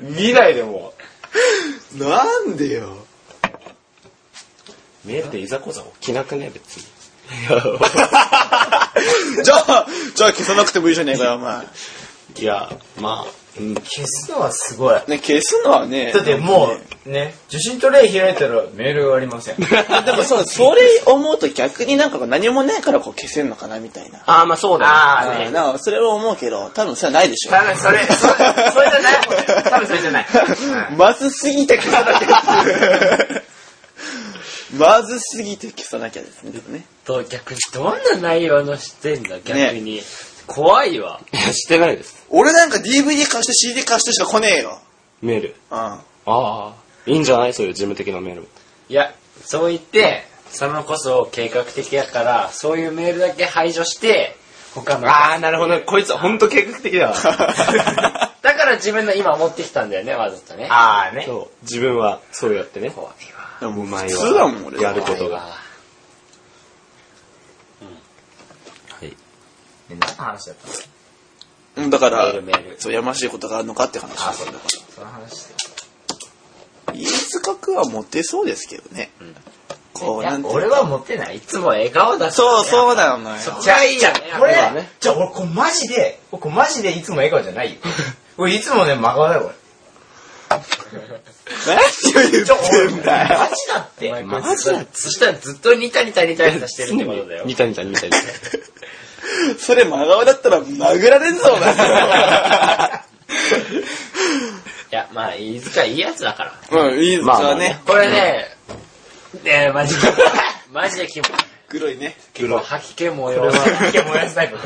S2: に見ないでも
S1: なんでよ。
S2: 見えていざこざ起きなくね別に
S1: じゃあ、じゃあ消さなくてもいいじゃねえかよ、お前。ね、
S2: いや、まあ、うん。
S4: 消すのはすごい。だ
S1: 消すのはね。
S4: ってもう、ね、受信トレイ開いたらメールあり ません。
S1: でもそう、それ思うと逆になんかこう何もないからこう消せんのかな、みたいな。
S2: ああ、まあそうだ
S4: あ
S1: うんなんかそれは思うけど、多分それはないでしょ。
S4: 多分それ、それそれじゃないもんね。多分それ じゃない。
S1: まずすぎて消さなきゃ。まずすぎて消さなきゃですね。でもね
S3: と逆にどんな内容のしてんだ逆に、怖いわ
S2: ね。いや、してないです。
S1: 俺なんか DVD 貸して CD 貸してしか来ねえよ。
S2: メール。
S1: うん。
S2: ああ。いいんじゃないそういう事務的なメールも。
S3: いやそう言ってそのこそ計画的やからそういうメールだけ排除して他の
S2: ああ、なるほどね。こいつ、ほんと計画的だわ。
S3: だから自分の今持ってきたんだよねわざとね
S4: ああね。
S2: そう。自分は、そうやってね。
S3: 怖いわ
S1: でも
S2: うまいわ
S1: 普通だもん、俺。
S2: やるこ
S3: 怖
S2: と
S3: い
S2: が。
S3: わ
S4: 何の話だったの
S1: うんだから
S3: メールメー、ル
S1: そう、やましいことがあるのかって話。
S4: あ、そうだ。その話
S1: 飯塚くんはモテそうですけどね。こう、
S4: い
S1: な
S4: や
S1: ん、ていうか
S4: 俺は持ってない。
S3: いつも笑顔だ
S1: そう、
S3: う
S1: そうだよ、お前。
S3: そ
S4: じゃあ、
S3: いい
S4: じ
S3: よ
S4: ゃ
S3: ね
S4: あ、これ
S3: やっぱね、
S4: じゃあ、俺、これマジで、俺、これマジでいつも笑顔じゃないよ。俺、いつもね、真顔だよ、
S1: 何を言ってんだ
S4: 俺。
S1: よ。
S4: マジだって。
S2: マジだ
S3: そしたらずっとニタニタニタニタしてるってことだよ
S2: 似た似た似た似た。
S1: それ真顔だったら殴られんぞ、 お前。
S3: いや、まあ、飯塚いいやつだから。
S1: うん、いい
S2: まあま
S1: か
S2: あね
S1: ね。
S3: これね、ねえ、マジで、 マジでキモい。
S1: 黒いね。
S3: 結構吐き気もよ。
S4: いや、燃やすタイプ。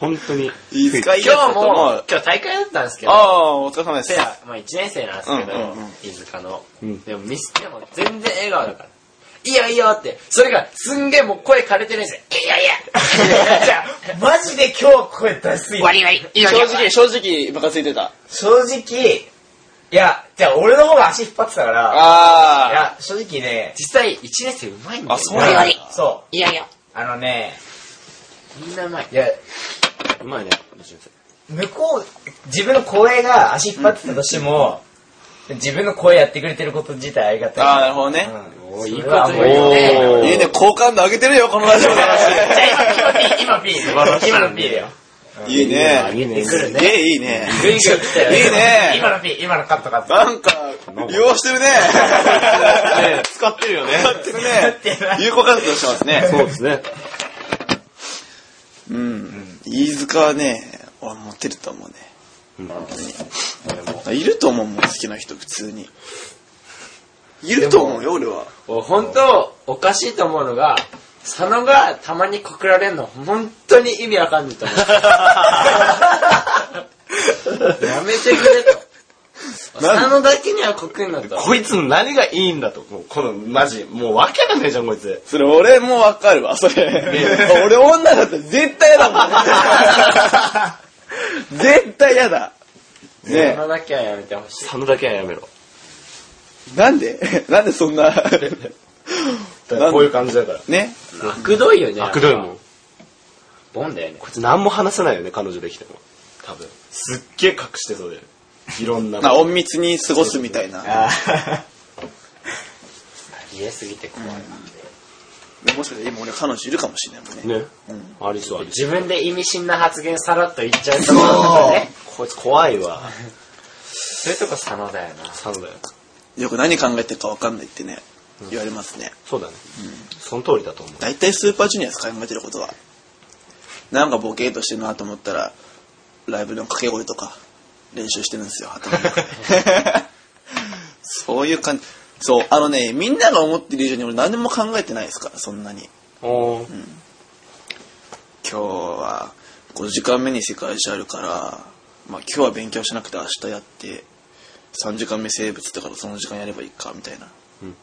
S2: 本当に。
S1: 飯塚いいや
S3: 今
S1: つだと
S3: 日も
S1: 思う、
S3: 今日大会だったんですけど、
S1: ああ、お疲れ様で
S3: せ
S1: す。
S3: や、まあ1年生なんですけ
S1: う
S3: ど、
S1: んうんうん
S3: 飯塚の。
S2: うん
S3: でもミスっても全然笑顔だから。いいよいいよって、それがすんげえもう声枯れてるんですよ。いいよいいよ
S4: じゃあ、マジで今日声出しすぎ
S3: 終
S4: て
S3: わ。りはいいよいいよ
S1: 正直、正直、ムカついてた。
S4: 正直、いや、じゃあ、俺の方が足引っ張ってたから、い
S1: ああ。
S4: や、正直ね、
S3: 実際1年生うまいんだ
S1: あ
S3: よ。
S1: そう
S3: 終わ
S1: な
S3: り
S1: ん
S3: い
S1: だ
S4: そ
S3: いよいよ。
S4: う、あのね、
S3: みんなうまい。
S4: いや、
S2: うまいね。
S4: 向こう、自分の声が足引っ張ってたとしても、自分の声やってくれてること自体ありがたい。
S1: ああ、なるほどね。
S4: うん、いい
S3: こと言う
S2: おー
S1: いいね、好感度上げてるよ、このラジオの話。
S4: じゃあ今、今 P、今 P、今の P だよ。
S1: いいね。
S2: いいね。
S1: いいね、いいね。
S3: グイグイ来たよ。
S1: いいね。
S4: 今の P、今のカットカット。
S1: なんか、利用してるね。
S2: 使ってるよね。
S1: 使ってるね。有効活動してますね。
S2: そうですね。
S1: うん。飯塚はね、俺モテると思うね。
S2: うん
S1: いると思うもん、好きな人、普通に。いると思うよ、俺は。
S3: 俺本当おかしいと思うのが佐野がたまに告られるの本当に意味わかんないと思う やめてくれ と佐野だけには告んなと
S2: こいつの何がいいんだと。もう、この、マジ、もうわけがねえじゃん、こいつ。
S1: それ、俺もわかるわ、それ。俺女だったら絶対嫌だもん。絶対嫌だ。
S3: 佐
S1: ね
S3: 野だけはやめてほしい
S2: 佐野だけはやめろ。
S1: え、なんで なんでそんな。
S2: だからこういう感じだから。
S1: ね。
S3: 悪どいよね
S2: あくどいもん。こ
S3: ボンだよね
S2: いつ何も話せないよね、彼女できても。多分。すっげえ隠してそうだよね。いろんな。
S1: な隠密に過ごすみたいな。
S4: あー
S3: 言えすぎて怖い、
S1: もしかして今俺彼女いるかもしれないもんね。
S2: ね。ありそう、ありそ
S3: 自分で意味深な発言さらっと言っちゃうところとかね
S2: う。こいつ怖いわ。
S3: そういうとこ佐野だよな
S2: 佐野だよ。
S1: よく何考えてるかわかんないってね、言われますね。
S2: そうだね。その通りだと思う。
S1: 大体スーパージュニアです、考えてることは。なんかボケーとしてるなと思ったら、ライブの掛け声とか、練習してるんですよ、頭の 中でそういう感じ。そう、あのね、みんなが思ってる以上に俺何も考えてないですから、そんなに。
S2: おー。
S1: 今日は5時間目に世界史あるから、まあ今日は勉強しなくて明日やって、3時間目生物だからその時間やればいいか、みたいな。
S2: うん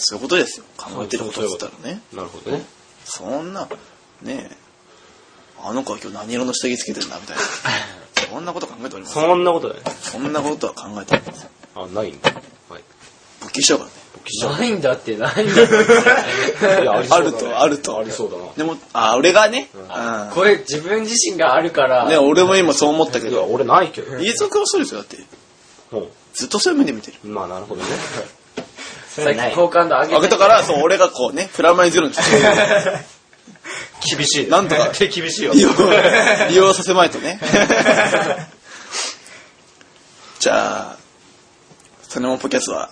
S1: そういうことですよ。考えてることっつったらね。
S2: なるほどね。
S1: そんな、ねえ、あの子は今日何色の下着つけてるんだみたい な。そんなこと考えております。
S2: そんなことだよね。
S1: そんなことは考えておりません。
S2: あ、ないんだ。はい。
S1: 勃起しちゃうからね。
S3: ないんだ ってないんだって
S2: いや
S1: あると、あると。
S2: ありそうだな。
S1: でも、あ、俺がね、うん。
S3: これ自分自身があるから、
S1: ね、俺も今そう思ったけ
S2: いや、
S1: ど、
S2: 俺ないけど。
S1: 飯塚はそうですよ、だって。
S2: も
S1: ずっとそういう目で見てる。
S2: う、まあなるほどね。
S4: そ
S3: さっ
S4: れ
S3: き
S4: ない
S3: 好感度上 げ
S1: あげたから、そう、俺がこうね、プラマイゼロにしてる。
S2: 厳しい。
S1: なんとか
S2: 厳しいよ。
S1: 利用、利用させまいと ね。じゃあ、サネモポキャスは、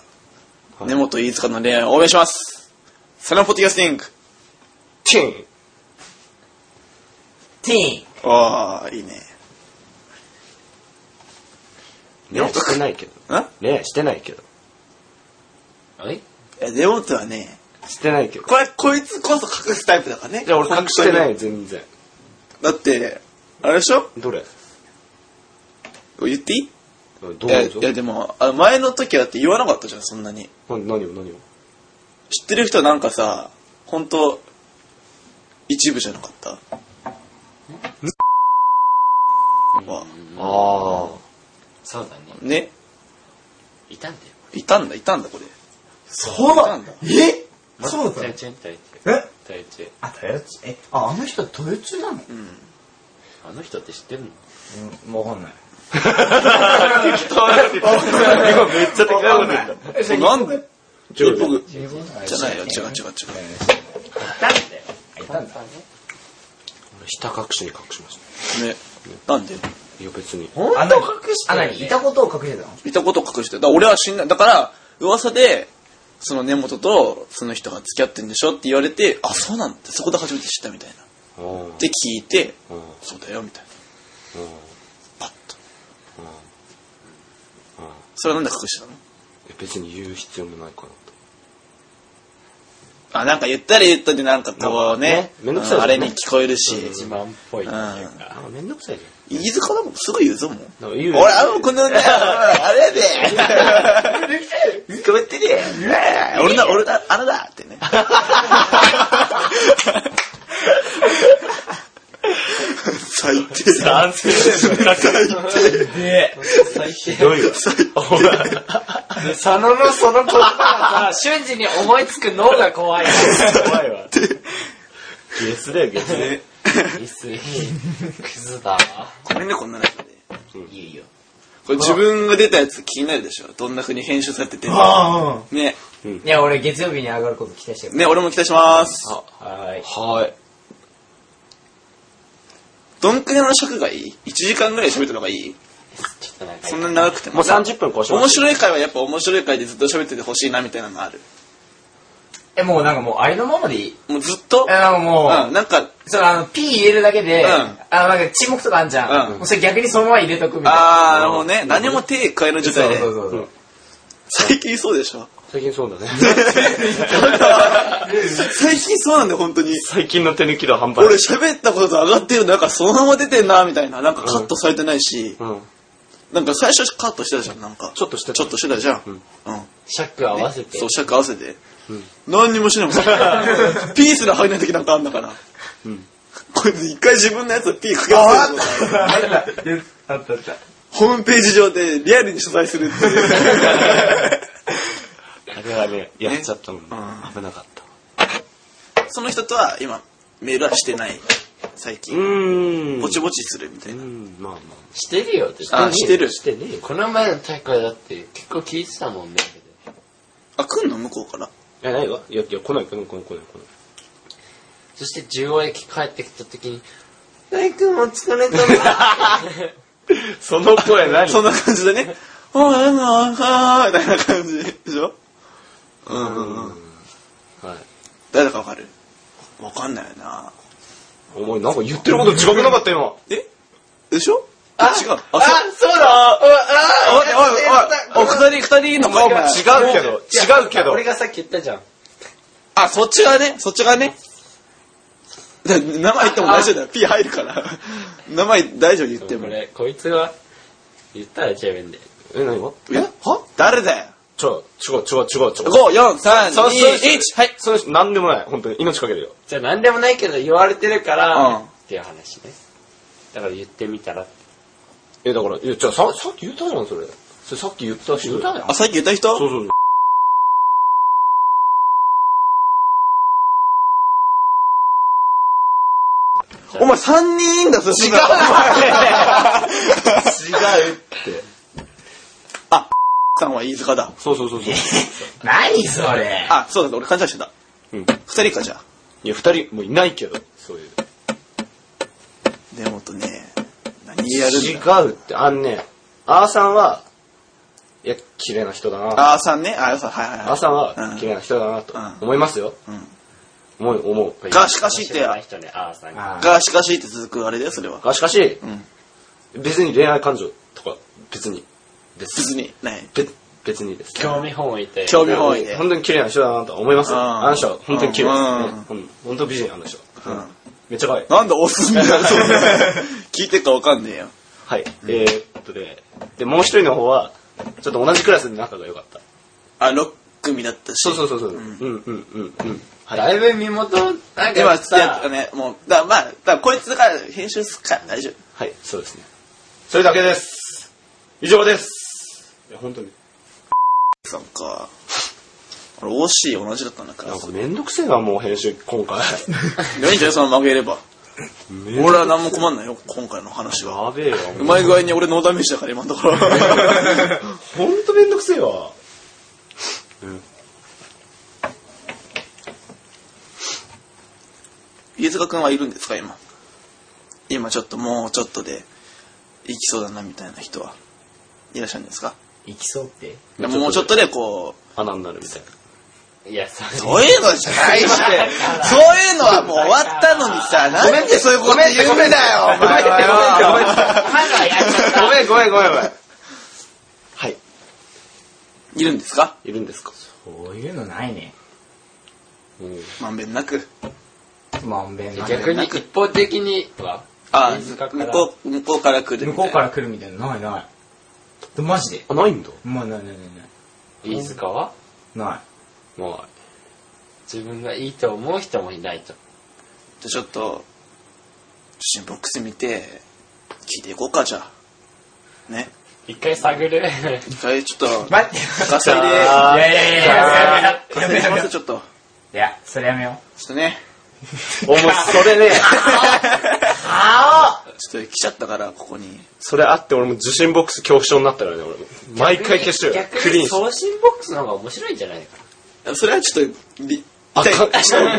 S1: 根本飯塚の恋愛を応援します。サネモポッドキャスティング。
S2: チン
S4: ティーン。
S1: ああ、いいね。
S2: 恋愛してないけど。
S1: ん
S2: 恋愛してないけど。
S3: はい
S1: え、根本はね、
S2: してないけど。
S1: これ、こいつこそ隠すタイプだからね。。
S2: じゃあ俺隠してないいよ、全然。
S1: だって、あれでしょ
S2: どれ
S1: 言っていい
S2: どう
S1: いや、い
S2: ぞ。
S1: やでも、あの前の時だって言わなかったじゃん、そんなに。
S2: な何を何を
S1: 知ってる人なんかさ、ほんと、一部じゃなかったは、
S2: ああ。
S3: そうだね
S1: ね、
S3: いたんだよ
S1: いたんだ、いたんだ、これ。
S4: そう
S1: いたんだ。
S4: えそうだった
S3: 大
S4: の
S3: 地大地
S4: え
S3: 大地
S4: あ、豊地え、あ、あの人豊地なの
S3: あの人って知ってるの
S4: うん、わかんない。
S2: 適当なって言った。今めっちゃ適当なこと言った。
S1: そうなんで
S2: ジョージ
S1: 僕
S4: じ
S1: じゃ
S4: ゃ
S1: ないよ、違う違う違う。
S4: いたんだよ。
S2: 俺ひた隠しに隠しまし
S1: ね、なんで
S2: た。いや別に。
S4: あんた隠してあ、何いたことを隠してたの
S1: いたことを隠して、だから俺は死んだ、だから、噂で、その根本とその人が付き合ってんでしょって言われて、あ、そうなんだ、そこで初めて知ったみたいな。
S2: あー
S1: で、聞いて、
S2: あー
S1: そうだよ、みたいな。
S2: あー
S1: パッと。
S2: あー
S1: それはなんで隠してたの
S2: え別に言う必要もないかなと。
S1: あ、なんか言ったり言ったりなんかこうね、
S2: まあねめんどくさい
S1: あ
S2: よね
S1: れに聞こえるし、
S3: 自慢っぽいっていう
S1: うん
S3: か
S2: あめんどくさいじ
S1: 飯塚だもん、すぐ言うぞ、もう。
S2: ゃん。俺
S1: 俺、あの、この ね、あれで、
S4: 聞こえてね
S1: 俺だ、俺だ、あれだって ね。最低だ。
S2: 男性で
S3: 最低
S2: どういう
S3: で佐野のその言葉がさ瞬時に思いつく脳が怖い怖いわ
S2: ゲスだよ、ゲス だよ。
S3: ミスクズだわ
S1: ごめんね、こんな中で。
S3: いいよ
S1: これ自分が出たやつ気になるでしょどんな風に編集されてて。
S4: あ
S1: ね、
S4: いや、俺月曜日に上がること期待してる。
S1: ね、俺も期待します。
S4: はーい。
S2: はい。
S1: どんくらいの尺がいい ?1 時間ぐらい喋ったのがいい
S3: ちょっとなんか
S1: そんなに長くても。
S2: もう30分越し
S1: 面
S2: まし
S1: 白い回はやっぱ面白い回でずっと喋っててほしいなみたいなのある。
S4: え、もうなんかもうありのままでいい
S1: もうずっと
S4: え、なんかも
S1: うん、
S4: う、
S1: なんか、
S4: そのあの、P 入れるだけで、
S1: うん
S4: あの、なんか沈黙とかあんじゃん。
S1: うん
S4: もうそれ逆にそのまま入れとくみたいな。
S1: あー、なるほどね。何も手加えの状
S4: そ
S1: 態
S4: う
S1: で
S4: そ。うそうそう。
S1: 最近そうでし ょ
S2: 最近そうだね。
S1: 最近そうなんだよ、本当に。
S2: 最近の手抜き度半端な
S1: 俺
S2: い。
S1: 喋ったことと上がってるのなんかそのまま出てんな、みたいな。なんかカットされてないし、
S2: うん。
S1: なんか最初カットしてたじゃん、なんか。
S2: ちょっとしてた
S1: ちょっとしてたじゃん。
S2: う
S1: うんん。
S3: 尺合わせて
S1: そう、尺合わせて。何にもしないも ん。ピースの入らない時なんかあんだから。
S2: うん
S1: こいつ一回自分のやつピーかけ忘れてるぞ
S4: あったあった。
S1: ホームページ上でリアルに取材するって いう。
S2: あれはね、やっちゃったもんね
S1: う。
S2: 危なかった。
S1: その人とは今、メールはしてない。最
S2: う
S1: 近。
S2: ーん。
S1: ぼちぼちするみた
S2: う
S1: いな。
S2: ん、まあまあ。
S3: してるよって
S1: あ、してる。
S2: してねえよ。
S3: この前の大会だって結構聞いてたもんね
S1: あ、来んの向こうから。
S2: え、ないわ。いや、いや、来ない、来ない、来ない、来ない。
S3: そして中央駅帰ってきた時に
S4: 大君お疲れ様。
S2: その声何
S1: そんな感じでね。おー、うん、あー、みたいな感じでしょうんうんうん。
S2: はい。
S1: 誰だかわかるわかんないよな。
S2: お前なんか言ってること違くなかった今。
S1: えでしょあ、違う。あ、そう。
S4: そうだ
S1: おいおいおい、お二人二人の顔
S2: 違
S1: が
S2: うけど、違うけど。
S3: 俺がさっき言ったじゃん
S1: あ、そっちがね、そっちがね。だ名前言っても大丈夫だよ。P 入るから。名前大丈夫言って
S3: で
S1: も。
S3: もねこいつは言ったら自分で
S2: え、何が
S1: えは誰だよ。
S2: 違う、違う、違う、違う、違う。
S1: 5、4、3、2、
S2: そうそうそう
S1: 1。はい。
S2: その人、なんでもない。本当に。命かけてるよ。
S3: じゃあ何でもないけど言われてるから、
S1: うん
S3: っていう話ねだから言ってみたら
S2: え、だから、いや、じゃあさ、さっき言ったじゃん、それ。それさっき言った人。言ったよ。
S1: あ、さっき言った人
S2: そうそうそう。
S1: お前3人いいんだ、そ違う。
S2: 違うって。
S1: あ、さんは飯塚だ。
S2: そうそうそうそう。
S4: 何それ
S1: あ、そうだ、俺勘違いしてた。
S2: うん。
S1: 二人か、じゃあ。
S2: いや、二人もういないけど、そういう。
S1: でもとね、何やるんだ
S2: 違うって、あんね、あーさんは、いや、綺麗な人だな。
S1: あーさんね、あーさん、はいはいはい。
S2: あーさん
S1: う
S2: は
S1: ん、
S2: 綺麗な人だなと
S1: うん
S2: 思いますよ。
S1: うん
S2: 思う、思う。
S1: が、しかしって、
S3: ない人ね、あーさんが。
S2: あー
S1: が、しかしって続くあれだよ、それは。
S2: が、しかし、
S1: うん。
S2: 別に恋愛感情とか、別に。です
S1: 別。に、ない。
S2: べ別にです。
S3: 興味本位で。
S1: 興味本位で。
S2: 本当に綺麗な人だなとは思いますよ。
S1: うん
S2: あの人は本当に綺麗です
S1: うん
S2: ねうん。本当美人、あの人。
S1: うん
S2: めっちゃ可愛い。
S1: なんで押すんだよ、そんな 聞いてるかわかんねえよ。
S2: はい。えーっとで、で、もう一人の方は、ちょっと同じクラスで仲が良かった。
S1: あ、6組だったし。
S2: そうそうそうそう。うんうんうんうん。
S3: だいぶ身元、なん
S1: 今
S3: か
S1: やっ
S3: さ
S1: た、ね、もう、だからまあ、だからこいつが編集すっから大丈夫。
S2: はい、そうですね。それだけです。以上です。いや、本当に。
S1: さんか。俺、OC 同じだったんだから
S2: なん。かめんどくせえな、もう編集、今回。
S1: でもいいんじゃないそのまま負ければ。
S2: め
S1: 俺は何も困んないよ、今回の話は。
S2: やべえわ。
S1: うまい具合に俺ノーダメージだから、今のと ころ。
S2: ほんとめんどくせえわ。
S1: 飯塚くんはいるんですか、今。今ちょっと、もうちょっとで、行きそうだな、みたいな人は。いらっしゃるんですか
S4: 行きそうって
S1: でももうちょっとで、こう、
S2: 穴になるみたいな。
S3: いや、それ
S1: そういうのじゃないし、そう いうのはもう終わったのにさ、なんでそういうこと言うんだよ、お前はよ。
S3: お前らやっちゃった。
S2: ごめんごめんごめんごめん。はい。
S1: いるんですか
S2: いるんですか
S4: そういうのないね
S1: まんべんなく。
S4: まんべんな
S3: 逆に一方的には、
S1: あ、
S3: 飯塚
S1: 向
S3: から
S1: こう、向こうから来る
S4: 向
S1: みたいな。
S4: こうから来るみたいなのないないマジで
S2: あ、ないんだ。
S4: まあないないない
S3: 飯塚は
S4: ないない
S2: ま
S3: 自分がいいと思う人もいないと。
S1: じゃあちょっと、写真ボックス見て、聞いていこうか、じゃあ。ね。
S3: 一回探る。
S1: 一回ちょっと、
S4: 待って
S1: ガサ入れ、
S4: いやいやいやいや
S1: ガサ入れします、ちょっと。
S4: いやそれやめよ
S1: ちょっとね、
S2: あ。おもうそれね、
S1: ちょっと来ちゃったから、ここに。
S2: それあって俺も受信ボックス恐怖症になったからね、俺も。毎回消してるよ。ク
S3: 逆
S2: リーン
S3: に
S2: して。
S3: 送信ボックスの方が面白いんじゃないか
S1: それはちょっと、り
S2: あ
S1: 痛い
S2: かん
S1: ちょっ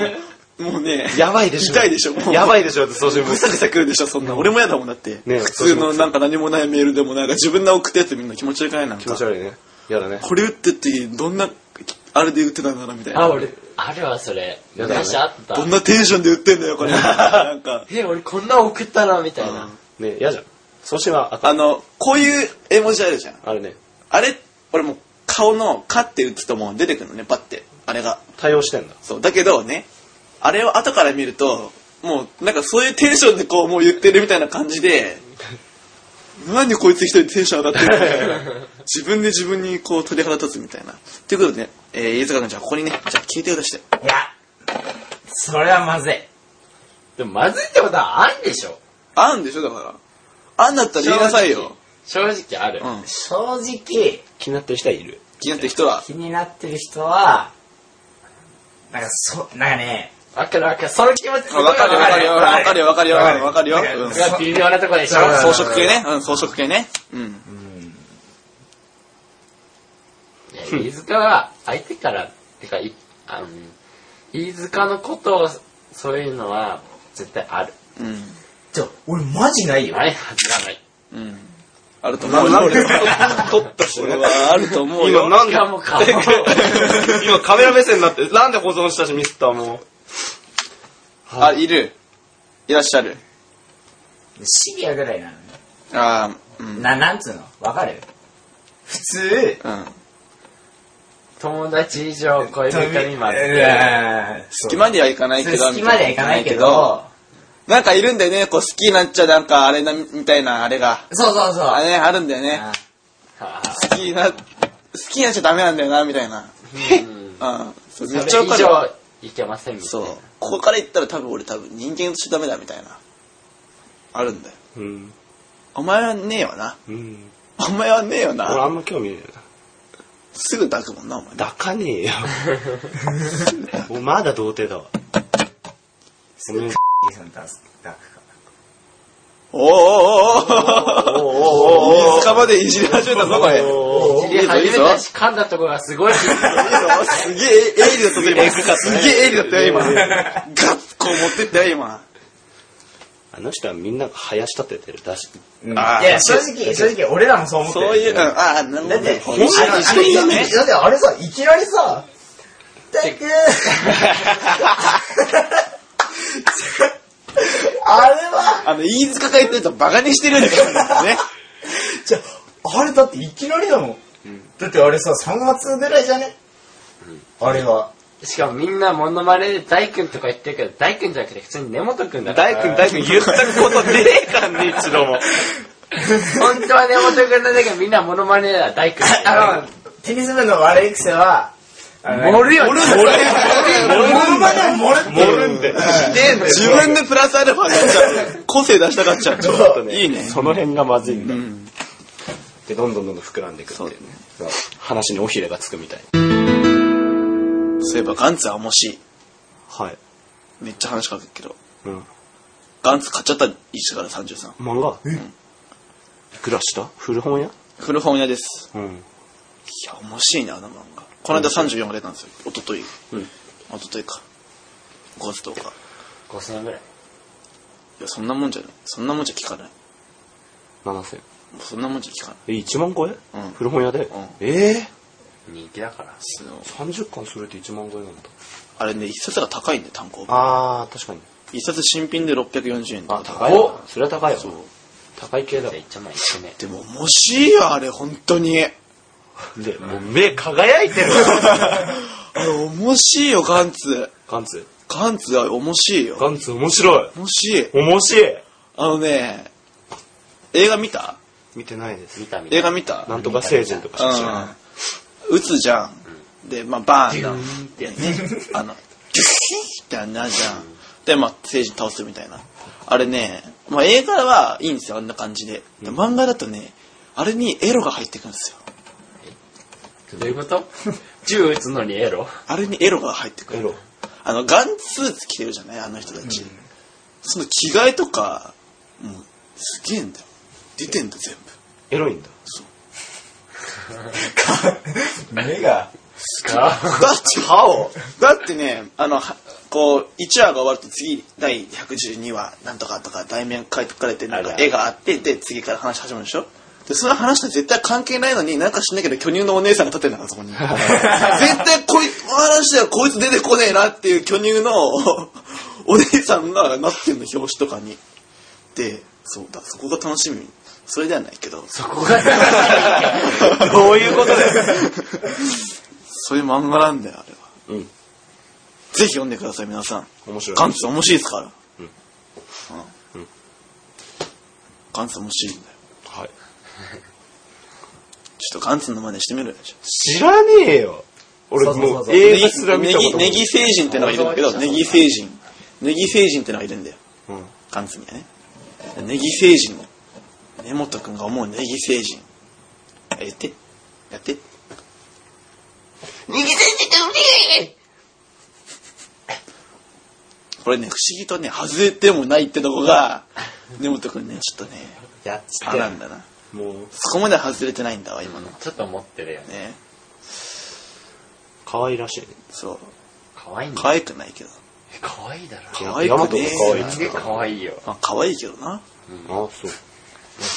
S1: ともうね、
S2: やばいでしょ。
S1: 痛いでしょ、もう。
S2: やばいでしょって送信ボ
S1: ぐ
S2: ック
S1: さぐ
S2: ス。
S1: さ来るでしょ、そんな。俺も嫌だもんだって。
S2: ねえ
S1: 普通のなんか何もないメールでもなんか自分の送ったやつみんな気持ち悪くないなん
S2: 気持
S1: か
S2: ち。悪いね。やだね。
S1: これ打ってって、どんな、あれで打ってたんだろうみたい
S3: な。あ、
S1: な。
S3: 俺、あるわ、それ。
S2: やだね
S3: 昔あった
S1: ど。んなテンションで打ってんだよ、これ。なんか。
S3: え、俺こんな送ったな、みたいな。
S2: ね、嫌じゃん。送信はあかん。
S1: あの、こういう絵文字あるじゃん。
S2: あれね、
S1: あれ、俺もう顔のカって打つともう出てくるのね、パって。あれが。
S2: 対応してんだ。
S1: そう。だけどね、あれを後から見ると、もうなんかそういうテンションでこうもう言ってるみたいな感じで、何こいつ一人テンション上がってるんだよ自分で自分にこう鳥肌立つみたいな。ということでね、えー、飯塚君じゃあここにね、じゃあ聞いてください。
S4: ういやそれはまずい
S3: でも、まずいってことはあるでしょ。
S1: あんでしょだから。あんだったら言いなさいよ。
S3: 正直ある。
S1: うん。
S4: 正直
S2: 気になってる人はいる。
S1: 気になってる人は。
S4: 気になってる人はなんかそなんかね
S3: わかるわかる。その気持ちすごい
S1: わかるよわかるよわ
S4: わ
S1: か
S4: か
S1: る
S4: る
S1: よわかるよ
S4: わかる
S1: わかるよ。うん
S3: すごい微妙なとこでしょ。
S4: そう
S1: 装飾系ね。うん、装飾系ね。うん。
S4: うん
S3: いや飯塚は相手からてかいあの飯塚のことをそういうのは絶対ある
S1: うん。
S4: ちょ俺マジないよ
S3: ないはずがない
S1: うん。あると思うよ。俺は。取ったし。俺はあると思う
S2: 今
S1: よ。
S2: なん
S3: し
S2: で、
S3: かも顔
S2: 今カメラ目線になって、なんで保存したしミスったもう。
S1: あ、いる。いらっしゃる。
S4: シビアぐらいなのね
S1: あーうん。
S4: ななんつうのわかる普通
S1: うん。
S3: 友達以上恋人未満
S4: うわーそう
S1: 隙間にはいかないけど。
S4: 好きまではいかないけ。ど、
S1: なんかいるんだよね。こう好きになっちゃなんかあれな、みたいなあれが。
S4: そうそうそう。
S1: あれね、あるんだよね。
S4: あ
S3: はあ
S1: 好きな、好きになっちゃダメなんだよな、みたいな。
S3: うん
S1: うん。そう
S3: そ
S1: め
S3: れ
S1: っちゃわ
S3: 以
S1: かるわ。
S3: 上いけませんみた
S1: そ
S3: いうな。
S1: ここから行ったら多分俺多分人間としてダメだ、みたいな。あるんだよ。
S2: うん。
S1: お前はねえよな。
S2: うん。
S1: お前はねえよ
S2: 俺あ
S1: な。
S2: んま興味ねえな。
S1: すぐ抱くもんな、お前。
S2: 抱かね えよ。もうまだ童貞だわ。ごめん
S4: ーさん出すだから
S1: おーおーおーおー
S2: おーおーおー
S1: 水かまでいじり始めたぞ、これ。。
S2: おーおー
S3: 知り始めたし噛んだとこがすごい
S1: すげえ、エイリだったよ、今。すげえエイリだったよ、今。ガッこう持ってったよ、今。
S2: あの人はみんなが林立ててるだし
S1: あー
S4: いや、正直、正直、俺らもそう思ってる。
S1: そういう、うん、ああ、なるほど
S4: だって、
S1: ね。
S4: 本当に
S1: あ
S4: だってだってあれさ、いきなりさ、てくーあれは、
S1: あの、飯塚書いてるとバカにしてるんだからね。
S4: じゃあ、あれだっていきなりだもん。だってあれさ、3月ぐらいじゃね、あれは。
S3: しかもみんなモノマネで大君とか言ってるけど、大君じゃなくて普通に根本君だから。
S2: 大君大君言ったことねえからね一度も
S3: 本当は根本君なんだけど、みんなモノマネだ、大君。
S4: あの、テニス部の悪い癖は、
S3: 盛るよ、ね、盛る
S4: 物までも漏れ
S2: 盛るんで
S1: 自分でプラスアルファになっちゃう。個性出したがっちゃう。ちょっとね。いい ね。
S2: その辺がまずいんだ
S1: ん
S2: でどんどんどんどん膨らんでいくっていうね話に尾ひれがつくみたい
S1: そういえば、ガンツはもし、
S2: はい
S1: めっちゃ話しかけるけど、
S2: うん
S1: ガンツ買っちゃった一緒から33。
S2: 漫画いくらした古本屋
S1: 古本屋です。
S2: うん
S1: いや、面白いね、あの漫画。この間34が出たんですよ。一昨日
S2: うん
S1: 一昨日か。5月10日。い
S3: 5000円ぐらい。
S1: や、そんなもんじゃない。そんなもんじゃ聞かない。
S2: 7000
S1: もうそんなもんじゃ聞かない。
S2: え1万超え
S1: うん
S2: 古本屋で
S1: ん
S2: ええ
S3: 人気だから。
S1: その
S2: 30巻それって1万超えなんだ
S1: あれね、一冊が高いんで、単行本。
S2: あー確かに
S1: 一冊新品で640円と
S2: あ
S1: か。
S2: 高いよそれは高いよ
S1: そう。
S2: 高い系だ
S3: じゃあ一丁前一丁目。
S1: でも、面白いよ、あれ、本当に。
S2: でもう目輝いて る
S1: あれ、面白いよ、ガンツ。
S2: ガンツ
S1: ガンツは面白いよ。
S2: ガンツ面白い
S1: 面白い。
S2: 面白い
S1: あのね、映画見た
S2: 見てないです
S3: 見た見た。
S1: 映画見た
S2: なんとか星人とかしか知らない
S1: うん。撃つじゃん。で、まあ、バーンだ。でね、あの、ギュッってなるじゃん。で、まあ、政治倒すみたいな。あれね、まあ、映画はいいんですよ、あんな感じで。で漫画だとね、あれにエロが入ってくるんですよ。
S3: どういうこと銃撃つのにエロ
S1: あれにエロが入ってくる。
S2: エロ
S1: あの、ガンスーツ着てるじゃないあの人たち。その着替えとか、もう、すげえんだよ。出てんだ、全部。
S2: エロいんだ
S4: 目が。
S1: だって、をだってね、あの、はこう、1話が終わると次、第112話、なんとかとか、題名書いてかれて、なんか絵があって、で、次から話始まるでしょで、その話と絶対関係ないのに、なんか知んないけど、巨乳のお姉さんが立ってんだから、そこ に。絶対こいつ、この話ではこいつ出てこねえなっていう巨乳のお姉さんがなってんの、表紙とかに。で、そうだ、そこが楽しみ。それではないけど、
S3: そこが、
S2: どういうことです
S1: そういう漫画なんだよ、あれは。
S2: うん
S1: ぜひ読んでください、皆さん。
S2: 面白い
S1: ガンツ面白いですから。
S2: うん
S1: うん
S2: うん
S1: ガンツ面白いんだよ。
S2: はい
S1: ちょっとガンツの真似してみるでしょ。
S2: 知らねえよ俺
S4: そうそう
S2: もう
S4: そうそう
S1: ネ
S2: 映画すら
S1: ギ、
S2: 見
S1: ネ
S2: たこ
S1: ギ
S2: と
S1: ネギ星人ってのがいるんだけど、ネギ星人。ネギ星人ってのがいるんだよ。
S2: うん
S1: ガンツにはね。ネギ星人。根本くんが思うネギ星人。やって。やって。これね、不思議とね、外れてもないってとこが、根本くんね、ちょっとね、
S3: やっちゃ
S1: パ
S3: って
S1: なん
S3: る。
S1: だな。
S2: もう
S1: そこまで外れてないんだわ、今の。
S3: ちょっと持ってるよね。
S1: ね。
S2: 可愛らしいね
S1: そう。
S3: 可愛いんだ
S1: 可愛くないけど。
S3: え可愛いだろ。
S1: 可愛くね
S2: 可愛い
S1: えな。
S3: すげえ可愛いよ。
S1: まあ、可愛いけどな。
S2: あそう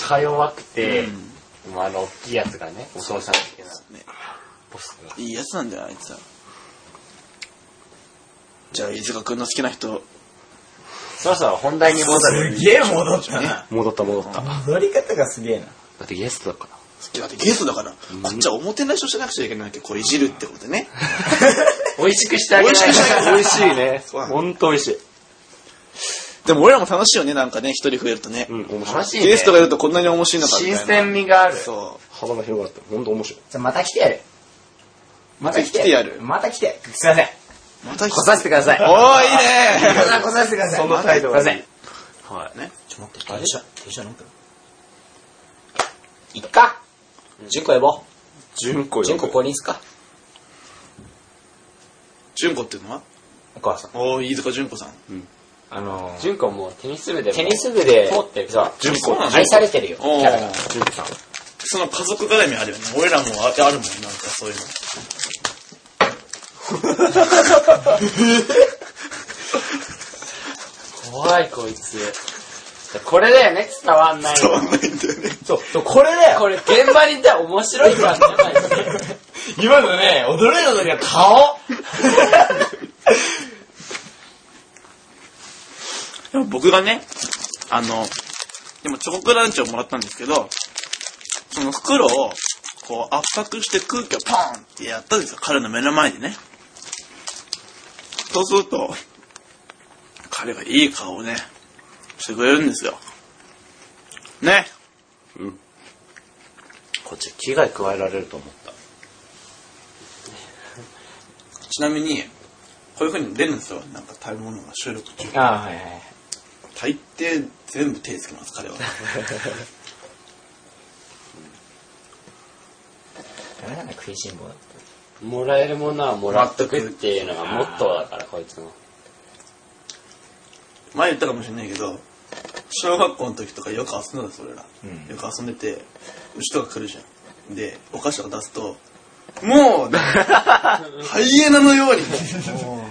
S3: か弱くて
S1: うん、
S3: まあ、あの、大きいやつがね、お父さん的な、
S1: ね
S3: ボスが。
S1: いいやつなんだよ、あいつは。じゃあ、飯塚くんの好きな人、
S3: そろそろ本題に戻る。
S4: すげえ戻ったな。
S2: 戻った戻っただ
S4: 戻り方がすげえな。
S2: ってゲストだから
S1: 好きだってゲストだから、こっちはおもてなしをしなくちゃいけないけど、これいじるってことでね。
S3: 美味しくしてあげない
S1: 美味しくしてあげない
S2: 美味しいね
S1: そうなの
S2: ほんと美味しい
S1: でも俺らも楽しいよね、なんかね、一人増えるとね。
S2: うん面白い
S3: 楽しいね。
S1: ゲストがいるとこんなに面白いのかみたい
S3: 新
S1: な。
S3: 鮮味がある。
S1: そ
S2: 幅が広がってほんと面白い
S4: じゃあまた来てやる。また来
S1: また
S4: て
S1: 来てやる
S4: また来て。すいません。
S1: う。また来
S4: 来させてください。
S1: おー、いいね
S4: 来させてください。
S2: その態度
S4: すい
S2: がい
S4: ま
S2: い
S4: せん。
S1: はい。ね。
S4: ちょっと待って、電車、電車何分いっか。10個呼ぼ
S2: 純子
S4: う。
S2: よ
S4: 10個ここにいつか。
S1: 純子っていうのは
S4: お母さん。
S1: おー、飯塚純子さん。
S4: あのー、
S3: 純子もテニス部でも
S4: テニス部で、
S3: 通ってる
S4: さ、
S2: 純子
S4: 愛されてるよ、キ
S1: お
S4: ャラが。
S1: ー。その家族絡みあるよね。俺らもああるもん、なんかそういうの。
S3: 怖いこいつ。これだよね、伝わんないの。
S6: わんないんだよね。
S4: そう、そうこれだよ
S3: これ現場に行ったら面白いからじゃないですか。
S4: 今のね、驚いた時は顔
S1: でも僕がね、あの、でもチョコクランチをもらったんですけど、その袋を、こう圧迫して空気をポンってやったんですよ。彼の目の前でね。そうすると、彼がいい顔をね、してくれるんですよ。ね。
S2: こっち危害加えられると思った
S1: ちなみに、こういう風に出るんですよ。なんか食べ物が収録中。
S3: ああ、はいはい。
S1: 大抵全部手つけます、彼は。
S4: ダメなんだ食いしん坊だって
S3: もらえるものはもらっとくっていうのがモットーだから、こいつの。
S1: 前言ったかもしれないけど小学校の時とかよく遊んでたそれら、
S4: ん
S1: よく遊んでて牛とか来るじゃんでお菓子とか出すともうハイエナのように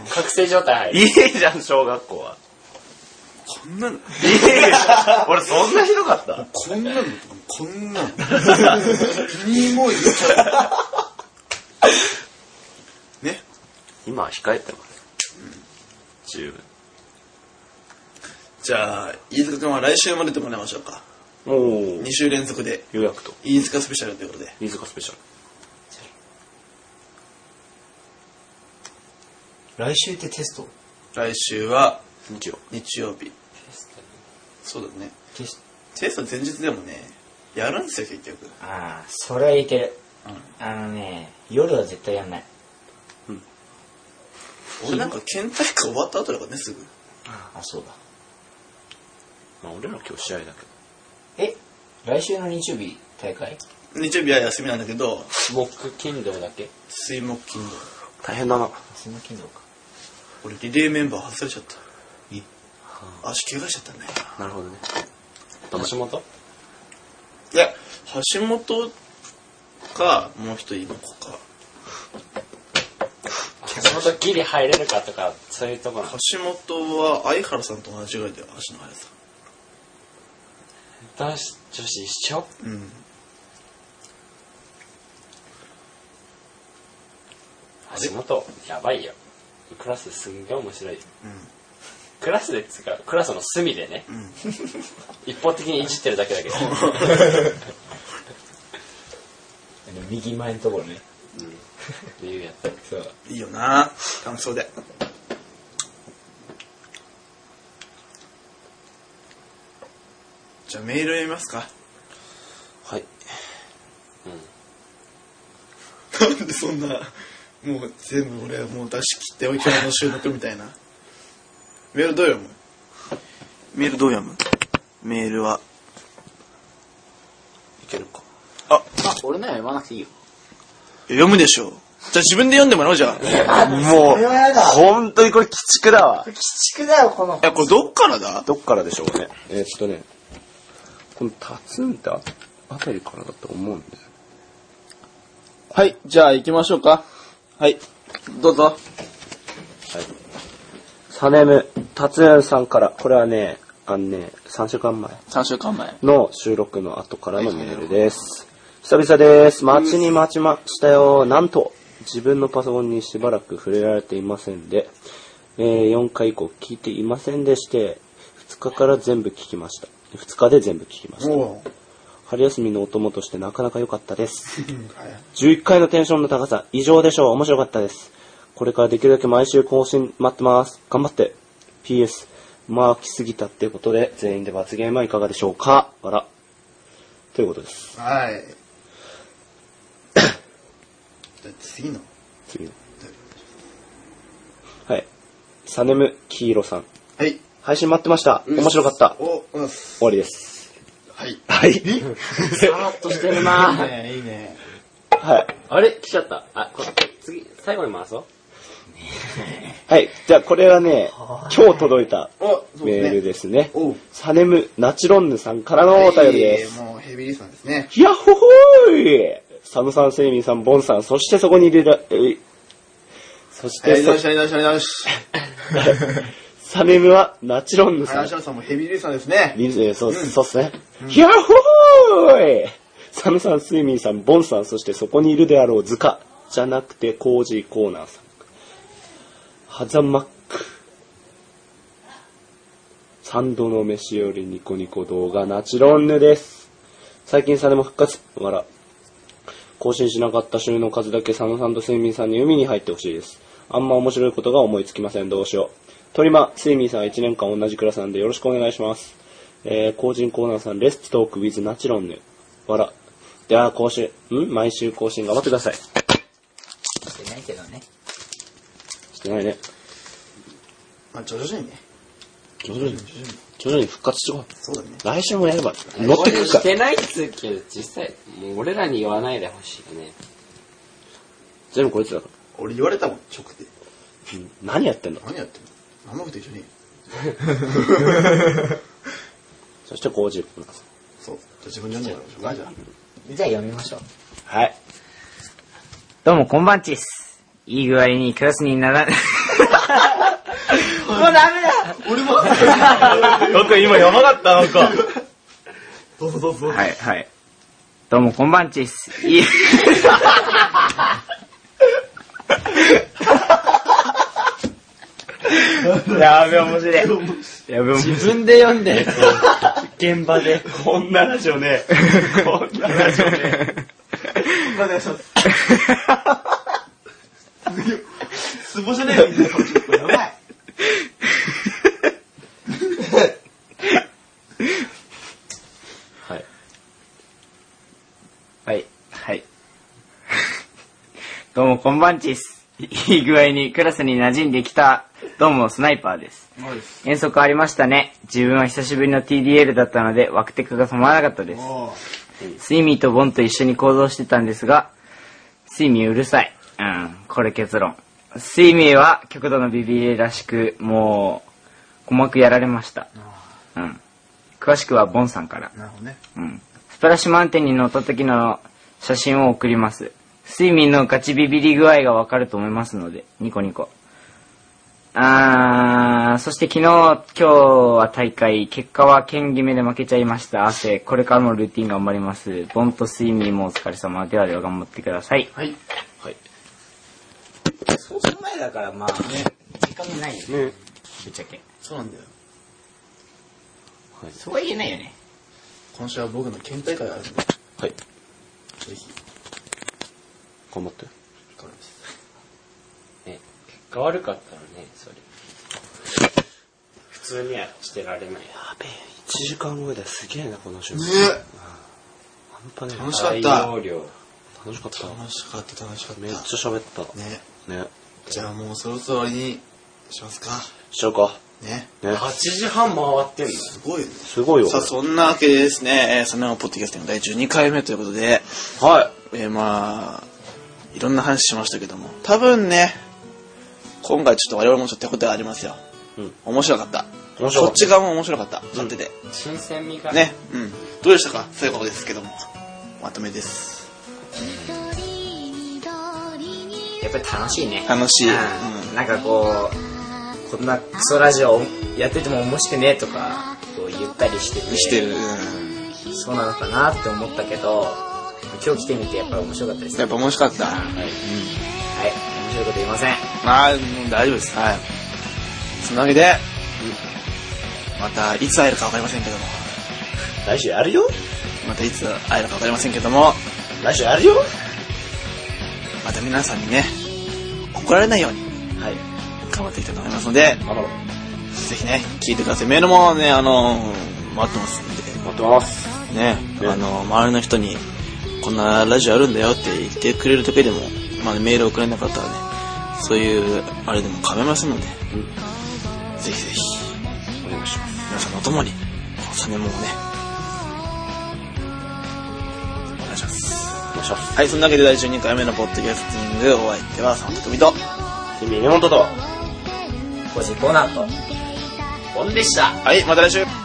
S3: 覚醒状態入る。
S2: いいじゃん小学校は
S1: こんなの
S2: いいじゃん俺そんなひどかった
S1: こんなのこんなのにもう言っちゃうね
S2: 今は控えてます十分
S1: じゃあ飯塚君は来週も出てもらいましょうか
S2: おお
S1: 2週連続で
S2: 予約と
S1: 飯塚スペシャルということで
S2: 飯塚スペシャル
S4: 来週ってテスト
S1: 来週は
S2: 日曜
S1: 日曜日そうだね
S4: テスト
S1: テスト前日でもねやるんですよ結局
S4: ああ、それはいける。
S1: う
S4: あのね、夜は絶対やんない。
S1: 俺なんか県大会終わった後だからねすぐ
S4: あ、そうだ。
S2: まあ俺ら今日試合だけど
S4: え、来週の日曜日大会
S1: 日曜日は休みなんだけど
S3: 木、金、土だけ。
S1: 水木金土
S2: 大変だな
S4: その金曜か。
S1: 俺リレーメンバー外れちゃった足怪我しちゃったんだよ
S2: なるほどね
S3: 橋本
S1: いや橋本かもう一人今子か
S3: 橋本ギリ入れるかとか、そういうとこなの。
S1: 橋本は相原さんと同じぐらいだよ足の速さ
S3: 男子、女子一緒
S1: うんれ
S3: 橋本、やばいよ。クラスすんげえ面白いよ。クラスで使う、クラスの隅でね、 一方的にいじってるだけだけど。
S4: あの右前のところね。
S3: 理由やった。
S4: そう。
S1: いいよな楽しそうでじゃあメール読みますか
S2: はい
S1: なんでそんな、もう全部俺はもう出し切っておいての収録みたいな。メールどう読むメールどう読むメールは。
S2: いけるか
S3: あ、俺なら読まなくてい いよ。
S1: 読むでしょう。じゃあ自分で読んでもらおうじゃあ。い
S2: もう
S4: れはやだ
S2: 本当にこれ鬼畜だわ
S4: 鬼畜だよ、この。
S1: や、これどっからだ
S2: どっからでしょうね。えーっとね、このタツンってああたりからだと思うんだよ。
S1: はい、じゃあ行きましょうか。はい、どうぞ。
S2: サネム、タツンさんから、これはね、あのね、3週間前
S1: 3週間前。
S2: の収録の後からのメールです。久々です。待ちに待ちましたよ。なんと、自分のパソコンにしばらく触れられていませんで、えー4回以降聞いていませんでして、2日から全部聞きました。2日で全部聞きました。
S1: お
S2: 春休みのお供としてなかなか良かったです。11回のテンションの高さ、異常でしょう。面白かったです。これからできるだけ毎週更新待ってます。頑張って。PS、まあ来すぎたってことで、全員で罰ゲームはいかがでしょうかあら。ということです。
S1: はい。だって次の。
S2: 次の。はい。サネム黄色さん。
S1: はい。
S2: 配信待ってました。面白かった。
S1: お、うん。は
S2: 終わりです。
S1: い。
S2: はい。
S3: さらっとしてるなぁ。
S1: ねいいね。
S2: はい。
S3: あれ来ちゃった。あ、こ次、最後に回そう。
S2: はい。じゃあ、これはね、今日届いた
S1: お、そう
S2: メ
S1: で
S2: ー
S1: すね。
S2: ルですね。
S1: おう
S2: サネムナチロンヌさんからのお便りです。
S1: はいもうヘビーリスナーですね。
S2: やっほほーいサムさん、セイミンさん、ボンさん、そしてそこにいるら、えーそし
S4: やり
S2: て、
S4: 直し、やり直し、やり直し。
S2: サネムはナチロンヌさん。
S4: 林原さんもヘビーリーさんですね。
S2: リズえーそうっす、そうっすね。ヤッホーイサムさん、スイミーさん、ボンさん、そしてそこにいるであろう、ズカ。じゃなくて、コージーコーナーさん。ハザマック。三度の飯よりニコニコ動画、ナチロンヌです。最近サネも復活。だから、更新しなかった週の数だけサムさんとスイミーさんに海に入ってほしいです。あんま面白いことが思いつきません。どうしよう。トリマ、スイミーさんは1年間同じクラスなんでよろしくお願いします。えー、後人コーナーさん、レストークウィズナチロンヌ。わら。では、更新、ん毎週更新頑張ってください。
S7: してないけどね。
S2: してないね。
S4: まあ、徐々にね。
S2: 徐々に、徐々に復活してこい。
S4: そうだね。
S2: 来週もやれば、乗ってくるか
S3: し
S2: ら。
S3: てないっつうけど、実際、もう俺らに言わないでほしいよね。
S2: 全部こいつだか
S4: 俺言われたもん、直で。
S2: ら。うん何やってんだ
S4: 何やってんの何のこと言ってねえよ
S2: そして、後人コーナーさん。
S4: そう。じゃあ自分で読んじゃうから。じゃあ。
S7: じゃあ読みましょう。
S2: はい。
S7: どうも、こんばんちっす。いい具合にクラスになら、もうダメだ
S4: 俺も、は
S7: 僕今やばかった、なんか。どうぞどうぞ。はい、はい。どうも、こんばんちっす。いい。やべ、面白い。やべ、面白い。
S3: 自分で読んで、
S2: 現場で。こんなラジオね。こんなラジオね。
S4: ツボじゃねえよ、みんな。やばい。
S2: はい。
S7: はい、はい。どうも、こんばんちっす。いい具合にクラスに馴染んできた。どうも、スナイパーです。遠足ありましたね。自分は久しぶりの TDL だったので、ワクテクが止まらなかったです。
S4: お
S7: スイミーとボンと一緒に行動してたんですが、スイミーうるさい。うん、これ結論。スイミーは極度の BBA らしく、もう、鼓膜やられました。うん。詳しくはボンさんから。
S4: なるほどね。
S7: うん。スプラッシュマウンテンに乗った時の写真を送ります。睡眠のガチビビり具合がわかると思いますので、ニコニコ。あー、そして昨日、今日は大会、結果は県決めで負けちゃいました。汗、これからもルーティン頑張ります。ボンと睡眠もお疲れ様。ではでは頑張ってください。
S4: はい。
S2: はい。
S7: そうする前だからまあ、ね、時間もないよね。
S2: ね。
S7: ぶっちゃけ。
S4: そうなんだよ。
S7: そうは言えないよね。
S4: 今週は僕の県大会があるんで、
S2: はい。
S4: ぜひ、
S2: 頑張って。
S4: 頑張ります。
S3: ね、結果悪かったらね、それ。普通にはしてられない。
S2: やべえ、1時間後ですげえな、この瞬間。
S4: ね
S2: 半端ねえ
S4: 楽
S2: な
S4: しかった
S3: 容量。
S2: 楽しかった。
S4: 楽しかった、楽しかった。
S2: めっちゃ喋った。
S4: ね。
S2: ね。
S4: じゃあもうそろそろ終わりにしますか。
S2: しようか。
S4: ね。
S2: ね。
S3: 8時半回ってんの
S4: すごいね。
S2: すごいよ。
S1: さあ、そんなわけでですね、えー、サネオポッドキャスティング第12回目ということで、
S2: は
S1: えー、まあ、いろんな話しましたけども、多分ね、今回ちょっと我々もちょっと手応えありますよ。
S2: うん
S1: 面白かった。
S2: い。面白
S1: こ
S2: か
S1: っ
S2: っ
S1: ち側も面白かった。勝手で。
S3: 新鮮味が。
S1: ね。うん。どうでしたかそういうことですけども。まとめです。
S7: やっぱり楽しいね。
S1: 楽しい。
S7: うんなんかこうこんなクソラジオやってても面白くねえとかこう言ったりして
S1: うん。
S7: て
S1: してる。うん。
S7: そうなのかなって思ったけど今日来てみてやっぱり面白かったです
S1: や
S7: は
S1: っぱ面白かった。
S7: い面白いこと言いません
S1: まあ、うん大丈夫です。はい。そんなわけで、またいつ会えるかわかりませんけども、
S2: た。来週やるよ
S1: またいつ会えるかわかりませんけども、
S2: 来週やるよ
S1: また皆さんにね、怒られないように
S2: はい。
S1: 頑張っていきたいと思いますので、
S2: 頑張ろう。
S1: ぜひね、聞いてください。メールもね、あのー待ってますん
S2: 待ってます。
S1: で、ね、あのー周りの人に、こんなラジオあるんだよって言ってくれるだけでも、まあ、メール送れなかったらね、そういう、あれでも構いませんので、
S2: うん
S1: ぜひぜひ、
S2: お願いします。
S1: 皆さんのお供に、このサネモンをね、お願いします。
S2: お願いします。
S1: はい、そんなわけで第12回目のポッドキャスティング、お相手は、サンタクミと、
S2: 君、根本と。
S7: 個人コーナーとボンでした
S1: はい、また来週